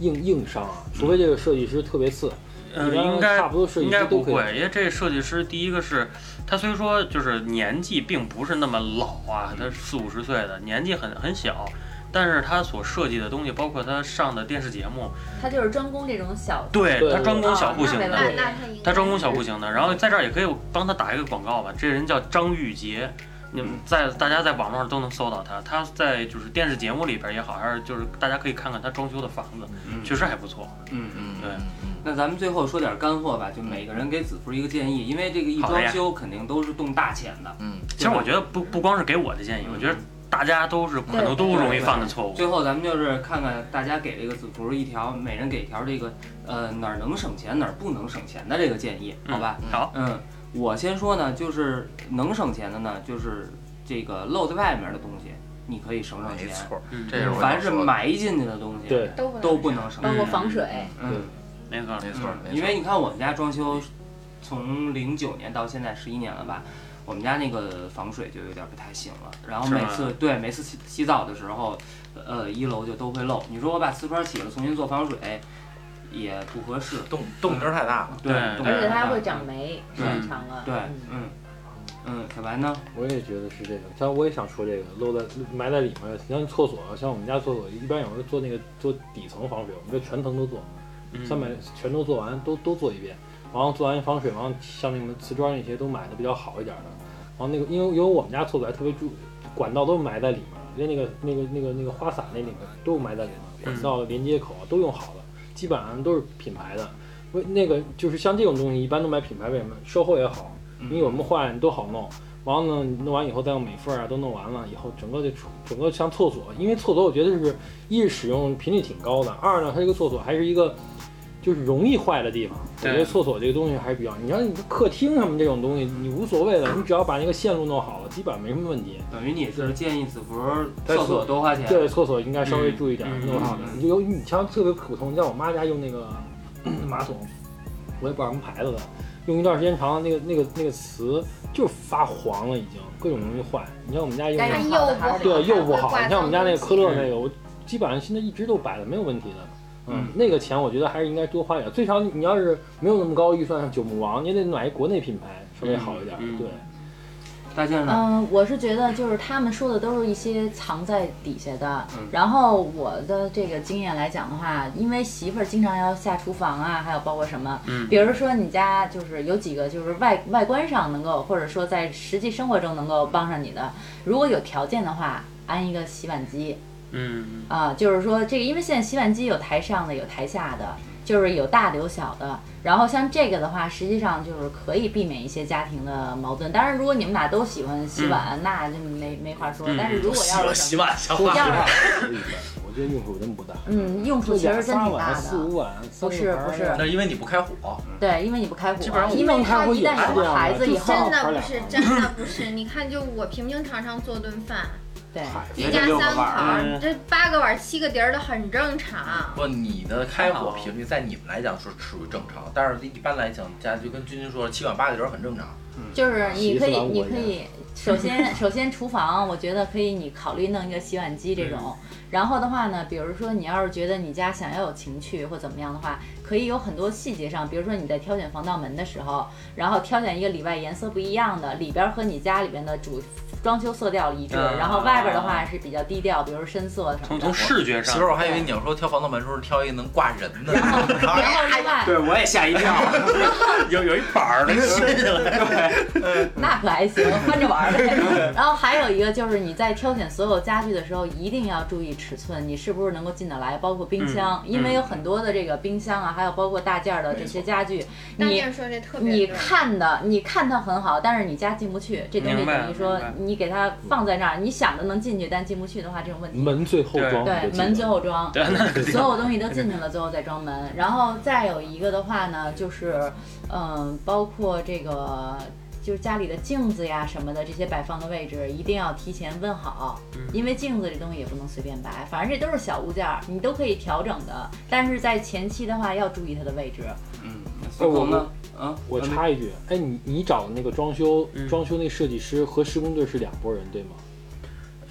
Speaker 3: 硬硬伤啊，除非这个设计师特别次。
Speaker 2: 嗯，
Speaker 3: 一般
Speaker 2: 应该
Speaker 3: 差不多设计
Speaker 2: 应该
Speaker 3: 师都
Speaker 2: 不
Speaker 3: 可以
Speaker 2: 会，因为这设计师第一个是，他虽说就是年纪并不是那么老啊，他四五十岁的年纪很很小，但是他所设计的东西，包括他上的电视节目，
Speaker 4: 它就是专攻这种小
Speaker 2: 对
Speaker 3: 对
Speaker 2: 他专攻小户型
Speaker 5: 哦
Speaker 4: 那没
Speaker 2: 的
Speaker 4: 办。
Speaker 7: 那
Speaker 4: 对
Speaker 7: 那他应该
Speaker 2: 他专攻小户型的，然后在这儿也可以帮他打一个广告吧。这人叫张玉杰，你们在大家在网络上都能搜到他。他在就是电视节目里边也好，还是就是大家可以看看他装修的房子，
Speaker 1: 嗯
Speaker 2: 确实还不错。
Speaker 1: 嗯。
Speaker 6: 嗯，
Speaker 2: 对
Speaker 6: 嗯嗯
Speaker 1: 那咱们最后说点干货吧，就每个人给子福一个建议，因为这个一
Speaker 2: 好的
Speaker 1: 装
Speaker 2: 呀
Speaker 1: 修肯定都是动大钱的。
Speaker 6: 嗯，
Speaker 2: 其实我觉得不不光是给我的建议，我觉得大家都是可能都容易犯的错误。
Speaker 1: 最后咱们就是看看大家给这个子福一条，每人给一条这个呃哪儿能省钱哪儿不能省钱的这个建议，好吧？
Speaker 6: 嗯
Speaker 2: 好，
Speaker 1: 嗯，我先说呢，就是能省钱的呢，就是这个露在外面的东西，你可以省省
Speaker 6: 没
Speaker 1: 钱。
Speaker 6: 错，
Speaker 2: 嗯
Speaker 6: 这是我
Speaker 1: 凡
Speaker 6: 想
Speaker 1: 是
Speaker 6: 说的。
Speaker 1: 埋进去的东西，
Speaker 3: 对，
Speaker 7: 都不能
Speaker 1: 都不能省
Speaker 4: 包
Speaker 1: 钱。
Speaker 4: 括防水，
Speaker 1: 嗯，
Speaker 2: 没错，
Speaker 6: 没错，没错
Speaker 1: 因为你看我们家装修，从零九年到现在十一年了吧，我们家那个防水就有点不太行了。然后
Speaker 2: 是吗
Speaker 1: 每次对每次洗洗澡的时候，呃，一楼就都会漏。你说我把瓷砖起了，重新做防水，也不合适。
Speaker 6: 动动静儿太大了。
Speaker 2: 对
Speaker 1: 动
Speaker 4: 而且
Speaker 1: 静
Speaker 4: 它
Speaker 1: 大
Speaker 4: 会长。霉，时
Speaker 1: 对
Speaker 4: 间长了。
Speaker 1: 嗯对，嗯嗯，小白呢？
Speaker 3: 我也觉得是这个，像我也想说这个，露在埋在里面，像厕所，像我们家厕所，一般有人做那个做底层防水，我们就全层都做，
Speaker 2: 嗯
Speaker 3: 三百全都做完，都都做一遍，然后做完防水，然后像那个瓷砖那些都买的比较好一点的，然后那个因为因为我们家厕所还特别注，管道都埋在里面，连那个那个那个那个花洒那里面都埋在里面，管道连接口啊都用好的，基本上都是品牌的。为那个就是像这种东西，一般都买品牌为什么？售后也好，
Speaker 1: 嗯
Speaker 3: 你有什么坏你都好弄。完了呢，你弄完以后再用美缝啊，都弄完了以后，整个就出整个像厕所，因为厕所我觉得是一是使用频率挺高的，二呢它这个厕所还是一个就是容易坏的地方。我
Speaker 2: 对
Speaker 3: 觉得厕所这个东西还是比较，你要你客厅什么这种东西，你无所谓了，你只要把那个线路弄好了，基本上没什么问题。
Speaker 1: 等于你是建议子服
Speaker 3: 在
Speaker 1: 厕所
Speaker 3: 厕
Speaker 1: 多花钱，
Speaker 3: 对，厕所应该稍微注意点，
Speaker 2: 嗯
Speaker 3: 弄好点。
Speaker 1: 嗯
Speaker 3: 你就有你像特别普通，你像我妈家用那个 [CLEARS THROAT] 马桶，我也不知道什么牌子的，用一段时间长了，那个那个那个瓷就发黄了，已经各种容易坏。你像我们家用
Speaker 4: 该
Speaker 3: 的
Speaker 4: 用
Speaker 7: 但又
Speaker 4: 好的
Speaker 7: 不
Speaker 4: 还是
Speaker 7: 好，
Speaker 4: 得
Speaker 3: 对，又不
Speaker 7: 还
Speaker 3: 好。
Speaker 7: 会挂
Speaker 3: 你像我们家那个科乐
Speaker 2: 脏东西
Speaker 3: 那个，我基本上现在一直都摆的没有问题的。
Speaker 1: 嗯
Speaker 3: 嗯，那个钱我觉得还是应该多花点，最少你要是没有那么高预算，像九牧王，你也得买一国内品牌，稍微好一点。
Speaker 2: 嗯嗯
Speaker 3: 对，
Speaker 1: 大先生呢？
Speaker 4: 嗯，我是觉得就是他们说的都是一些藏在底下的
Speaker 1: 嗯。
Speaker 4: 然后我的这个经验来讲的话，因为媳妇儿经常要下厨房啊，还有包括什么，
Speaker 2: 嗯
Speaker 4: 比如说你家就是有几个就是外外观上能够，或者说在实际生活中能够帮上你的，如果有条件的话，安一个洗碗机，
Speaker 2: 嗯，
Speaker 4: 啊，就是说这个，因为现在洗碗机有台上的，有台下的，就是有大的有小的。然后像这个的话，实际上就是可以避免一些家庭的矛盾。当然，如果你们俩都喜欢洗碗，那就没没话说。
Speaker 2: 嗯
Speaker 4: 但是如果
Speaker 2: [LAUGHS] 洗
Speaker 4: 要
Speaker 2: 碗
Speaker 4: 是
Speaker 2: 洗
Speaker 4: 什么
Speaker 2: 碗想
Speaker 3: 说
Speaker 2: 话
Speaker 3: 实
Speaker 4: 要
Speaker 3: 话，
Speaker 4: 是
Speaker 3: 我觉得用处真不大。
Speaker 4: 嗯，用处
Speaker 3: 就
Speaker 4: 其
Speaker 3: 俩
Speaker 4: 实真
Speaker 3: 仨
Speaker 4: 挺大
Speaker 3: 碗，四
Speaker 4: 的。
Speaker 3: 五碗，三
Speaker 4: 不
Speaker 3: 个
Speaker 4: 是
Speaker 3: 盘儿
Speaker 4: 不是
Speaker 6: 那是因为你不开火，
Speaker 2: 嗯
Speaker 4: 对，因为你不开火，
Speaker 2: 基本上我
Speaker 4: 因为
Speaker 3: 开
Speaker 4: 他
Speaker 3: 火
Speaker 4: 一
Speaker 3: 也
Speaker 4: 旦
Speaker 3: 是
Speaker 4: 有
Speaker 3: 这
Speaker 4: 了
Speaker 3: 样
Speaker 4: 孩
Speaker 3: 的
Speaker 4: 子
Speaker 3: 就
Speaker 4: 以
Speaker 3: 是
Speaker 4: 后
Speaker 3: 这，
Speaker 7: 真
Speaker 3: 样
Speaker 7: 的不是，真
Speaker 3: [LAUGHS]
Speaker 7: 的不是。你看，就我平平常常做顿饭，
Speaker 4: 对，
Speaker 7: 一家三口儿
Speaker 2: 嗯，
Speaker 7: 这八个碗七个碟儿的很正常。
Speaker 6: 不，你的开火频率在你们来讲是属于正常，但是一般来讲，家就跟君君说了，七碗八个碟儿很正常。
Speaker 4: 就是你
Speaker 3: 洗
Speaker 4: 可以
Speaker 3: 碗我
Speaker 4: 你
Speaker 3: 也
Speaker 4: 可以。首先，首先厨房，我觉得可以，你考虑弄一个洗碗机这种。然后的话呢，比如说你要是觉得你家想要有情趣或怎么样的话，可以有很多细节上，比如说你在挑选防盗门的时候，然后挑选一个里外颜色不一样的，里边儿和你家里边的主装修色调一致，
Speaker 2: 啊
Speaker 4: 然后外边儿的话是比较低调，比如深色什
Speaker 2: 从
Speaker 4: 么
Speaker 2: 从
Speaker 4: 的。
Speaker 2: 视觉
Speaker 6: 媳
Speaker 2: 上嗯
Speaker 6: 妇，儿，嗯我还以为你要说挑防盗门的时候挑一个能挂人的，
Speaker 4: [LAUGHS] 然后另外，
Speaker 1: 对，我也吓
Speaker 3: [LAUGHS]
Speaker 1: 一跳。
Speaker 2: 有有一板儿
Speaker 6: [LAUGHS]
Speaker 2: 的伸下来，
Speaker 4: 那可还行，翻着玩儿呗。 [LAUGHS] 然后还有一个就是你在挑选所有家具的时候，一定要注意尺寸，你是不是能够进得来，包括冰箱，
Speaker 2: 嗯
Speaker 4: 因为有很多的这个冰箱啊，还有包括大件儿的这些家具，
Speaker 7: 大
Speaker 4: 你
Speaker 7: 健说这特别
Speaker 4: 你
Speaker 7: 对
Speaker 4: 看的，你看它很好，但是你家进不去，这东西
Speaker 2: 明白
Speaker 4: 等于说
Speaker 2: 明白
Speaker 4: 你给它放在那儿，你想着能进去，但进不去的话，这种问题。
Speaker 3: 门最后
Speaker 2: 对
Speaker 3: 装，
Speaker 4: 对，门最后装，
Speaker 2: 对，那肯定
Speaker 4: 所有东西都进去了，最后再装门。然后再有一个的话呢，就是，嗯、包括这个就是家里的镜子呀什么的，这些摆放的位置一定要提前问好，
Speaker 2: 嗯
Speaker 4: 因为镜子这东西也不能随便摆，反正这都是小物件儿，你都可以调整的。但是在前期的话，要注意它的位置。
Speaker 1: 嗯，苏红呢？啊，
Speaker 3: 哦我插一句，哎，你你找那个装修、
Speaker 2: 嗯
Speaker 3: 装修那设计师和施工队是两拨人，对吗？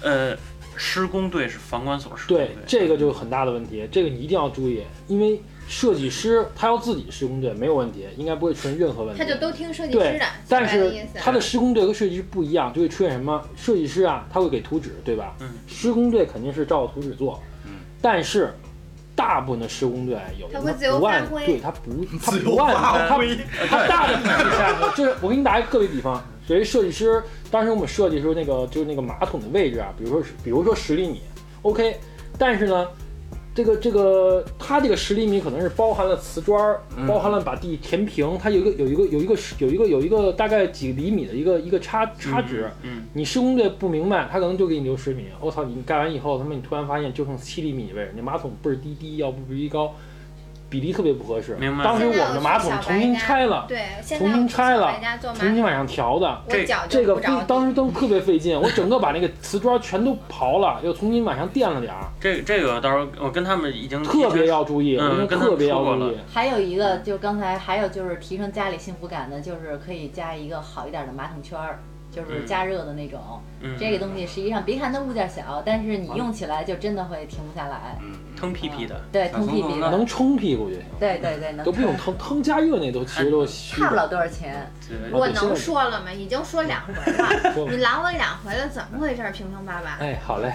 Speaker 2: 呃，施工队是房管所施工
Speaker 3: 对
Speaker 2: 队，，嗯
Speaker 3: 这个就很大的问题，这个你一定要注意，因为设计师他要自己施工队没有问题，应该不会出现任何问题。
Speaker 7: 他就都听设计师
Speaker 3: 对
Speaker 7: 的，，
Speaker 3: [LAUGHS] 但
Speaker 7: 明白
Speaker 3: 是
Speaker 7: 的意思啊
Speaker 3: 他的施工队和设计师不一样，就会出现什么？设计师啊，他会给图纸，对吧？
Speaker 2: 嗯
Speaker 3: 施工队肯定是照图纸做，
Speaker 1: 嗯
Speaker 3: 但是。大部分的施工队有
Speaker 7: 他
Speaker 3: 他
Speaker 7: 会自由
Speaker 3: 不按
Speaker 7: 发挥
Speaker 3: 对他不他
Speaker 6: [LAUGHS] 自由
Speaker 3: 不按
Speaker 6: 发
Speaker 3: 他他大的比例下，啊就是我给你打一个个别比方，有一设计师，当时我们设计的时候，那个就是那个马桶的位置啊，比如说是比如说十厘米，OK，但是呢，这个这个它这个十厘米可能是包含了瓷砖儿
Speaker 1: 嗯，
Speaker 3: 包含了把地填平，它有一个有一个有一个有一个有一个大概几厘米的一个一个差差值。
Speaker 2: 嗯，
Speaker 3: 你施工队不明白，他可能就给你留十米。我、操，你盖完以后，他妈你突然发现就剩七厘米位置，你马桶倍儿低低，要不倍儿高，比例特别不合适。
Speaker 2: 明白
Speaker 3: 当时我们的马桶重新拆了，
Speaker 7: 对，现在
Speaker 3: 重新拆了
Speaker 7: 我去小白家做
Speaker 3: 重
Speaker 7: 马
Speaker 3: 新往上调的。
Speaker 7: 我脚
Speaker 3: 这
Speaker 7: 就
Speaker 3: 个
Speaker 7: 不
Speaker 3: 非
Speaker 7: 着地
Speaker 3: 当时都特别费劲，我整个把那个瓷砖全都刨了，又重新往上垫了点儿，
Speaker 2: 这个这个到时候我跟他们已经
Speaker 3: 特别要注意，
Speaker 2: 嗯
Speaker 3: 我觉得
Speaker 2: 跟他
Speaker 3: 特别要
Speaker 2: 说过
Speaker 3: 注意
Speaker 2: 了。
Speaker 4: 还有一个就是刚才还有就是提升家里幸福感的，就是可以加一个好一点的马桶圈儿，就是
Speaker 2: 嗯
Speaker 4: 加热的那种。
Speaker 2: 嗯
Speaker 4: 这个东西实际上别看它物件小，但是你用起来就真的会停不下来。
Speaker 1: 嗯，
Speaker 2: 腾屁屁的，
Speaker 4: 对，
Speaker 1: 小
Speaker 4: 通
Speaker 1: 松
Speaker 4: 屁屁
Speaker 1: 松
Speaker 4: 的
Speaker 1: 呢，
Speaker 3: 能冲屁股就行，
Speaker 4: 对对对，能
Speaker 3: 都不用腾腾加热那都其实
Speaker 2: 哎
Speaker 3: 都虚哎
Speaker 4: 差不了多少钱。
Speaker 2: 对
Speaker 3: 哦
Speaker 7: 我能说了吗？已经说两
Speaker 3: [LAUGHS]
Speaker 7: 回了，你拦我两回了，怎么回事儿？平平爸爸，
Speaker 3: 哎，好嘞，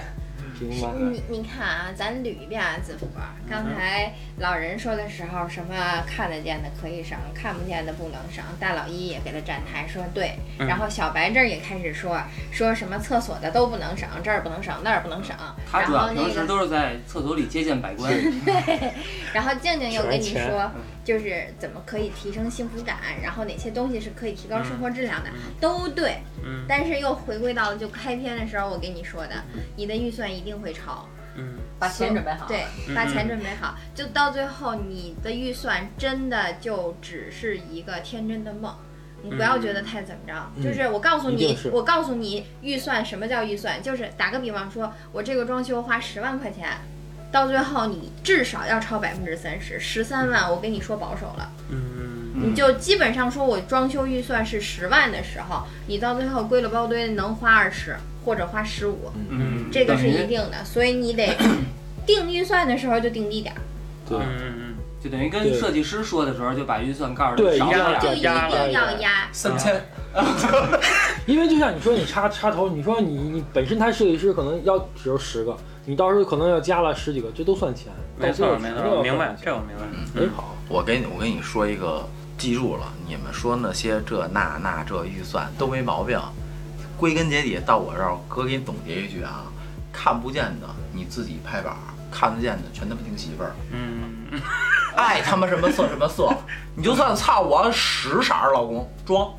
Speaker 3: 行吧。
Speaker 7: 你你看啊，咱捋一遍啊，子福儿。刚才老人说的时候，什么看得见的可以省，看不见的不能省。大老一也给他站台说对，
Speaker 2: 嗯
Speaker 7: 然后小白这儿也开始说说什么厕所的都不能省，这儿不能省，那儿不能省。
Speaker 1: 他
Speaker 7: 然
Speaker 1: 主要
Speaker 7: 后那
Speaker 1: 平时
Speaker 7: 个，
Speaker 1: 都是在厕所里接见百官。
Speaker 7: 然后静静又跟你
Speaker 3: 全是
Speaker 7: 说，就是怎么可以提升幸福感，然后哪些东西是可以提高生活质量的，都对。
Speaker 2: 嗯
Speaker 7: 但是又回归到了就开篇的时候我跟你说的，你的预算一定会超。
Speaker 2: 嗯
Speaker 4: 把钱准备
Speaker 1: 啊
Speaker 4: 好。
Speaker 5: 对，
Speaker 2: 嗯
Speaker 5: 把钱
Speaker 2: 嗯
Speaker 5: 准备好，就到最后你的预算真的就只是一个天真的梦。你不要觉得太怎么着，
Speaker 3: 嗯
Speaker 5: 就是我告诉
Speaker 3: 一定
Speaker 5: 你
Speaker 3: 是，
Speaker 5: 我告诉你预算什么叫预算，就是打个比方说，我这个装修花十万块钱，到最后你至少要超百分之三十，十三万我跟你说保守了，
Speaker 2: 嗯
Speaker 1: 嗯
Speaker 5: 你就基本上说我装修预算是十万的时候，你到最后归了包堆能花二十或者花十五，
Speaker 1: 嗯，
Speaker 5: 这个
Speaker 1: 等
Speaker 5: 是
Speaker 1: 于
Speaker 5: 一定的，所以你得定预算的时候就定低点儿，
Speaker 3: 对
Speaker 2: 嗯嗯
Speaker 1: 就等于跟
Speaker 3: 对
Speaker 1: 设计师说的时候，就把预算告诉他
Speaker 3: 对
Speaker 1: 少
Speaker 3: 一定要
Speaker 1: 点
Speaker 5: 就
Speaker 1: 儿。
Speaker 2: 对
Speaker 5: 一定
Speaker 2: 压了
Speaker 5: 要压。
Speaker 6: 三千，
Speaker 3: 因为就像你说，你插插头，你说你你本身他设计师可能要只有十个，你到时候可能要加了十几个，这都算钱。
Speaker 2: 嗯，没
Speaker 3: 到
Speaker 2: 错
Speaker 3: 最后
Speaker 2: 没
Speaker 3: 全都
Speaker 2: 错，
Speaker 3: 要
Speaker 2: 我明白
Speaker 3: 算，钱
Speaker 2: 这我明白。
Speaker 3: 没
Speaker 2: 嗯
Speaker 3: 跑。
Speaker 6: 我给你，我跟你说一个，记住了，你们说那些这那那这预算都没毛病，归根结底到我这儿，哥给你总结一句啊，看不见的你自己拍板儿，看得见的全他妈听媳妇儿，
Speaker 2: 嗯，
Speaker 6: 爱他妈什么色什么
Speaker 2: [LAUGHS]
Speaker 6: 色，你就算操我十色儿老公装，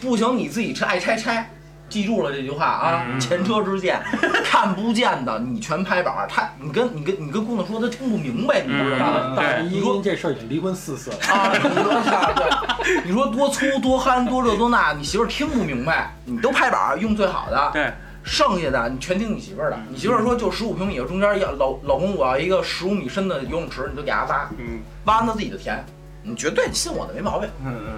Speaker 6: 不行你自己拆爱拆拆。记住了这句话啊，
Speaker 2: 嗯
Speaker 6: 前车
Speaker 2: [LAUGHS]
Speaker 6: 之鉴，看不见的你全拍板儿，他你跟你跟你跟姑娘说，她听不明白，你不知道
Speaker 2: [LAUGHS]
Speaker 6: 吗？
Speaker 2: 嗯
Speaker 3: 大
Speaker 2: 对
Speaker 3: 一因这事儿已经离婚四次了，
Speaker 6: 啊，你说啥？对，你说多粗多憨多这多那，你媳妇儿听不明白，你都拍板儿用最好的，
Speaker 2: 对，
Speaker 6: 剩下的你全听你媳妇儿的。你媳妇儿说就十五平米，中间要老老公我啊要一个十五米深的游泳池，你就给她挖，
Speaker 2: 嗯
Speaker 6: 挖完她自己就填。你绝对你信我的没毛病。
Speaker 1: 嗯嗯，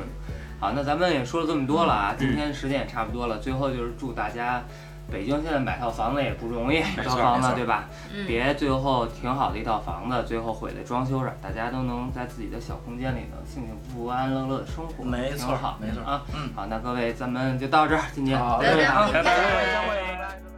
Speaker 1: 好，那咱们也说了这么多了
Speaker 6: 嗯
Speaker 1: 啊，今天时间也差不多了，最后就是祝大家。北京现在买套房子也不容易，
Speaker 6: 错
Speaker 1: 这套房
Speaker 6: 没
Speaker 1: 子
Speaker 6: 错
Speaker 1: 对吧？
Speaker 5: 嗯
Speaker 1: 别最后挺好的一套房子，最后毁在装修上，大家都能在自己的小空间里呢，幸幸福福、安安乐乐的生活，
Speaker 6: 没
Speaker 1: 挺
Speaker 6: 错
Speaker 1: 好的
Speaker 6: 没错
Speaker 1: 啊。
Speaker 6: 嗯
Speaker 1: 好，那各位咱们就到这儿，今天
Speaker 3: 好
Speaker 1: 各
Speaker 5: 拜
Speaker 1: 位
Speaker 5: 拜
Speaker 1: 啊，
Speaker 5: 拜拜
Speaker 2: 拜
Speaker 6: 再会拜拜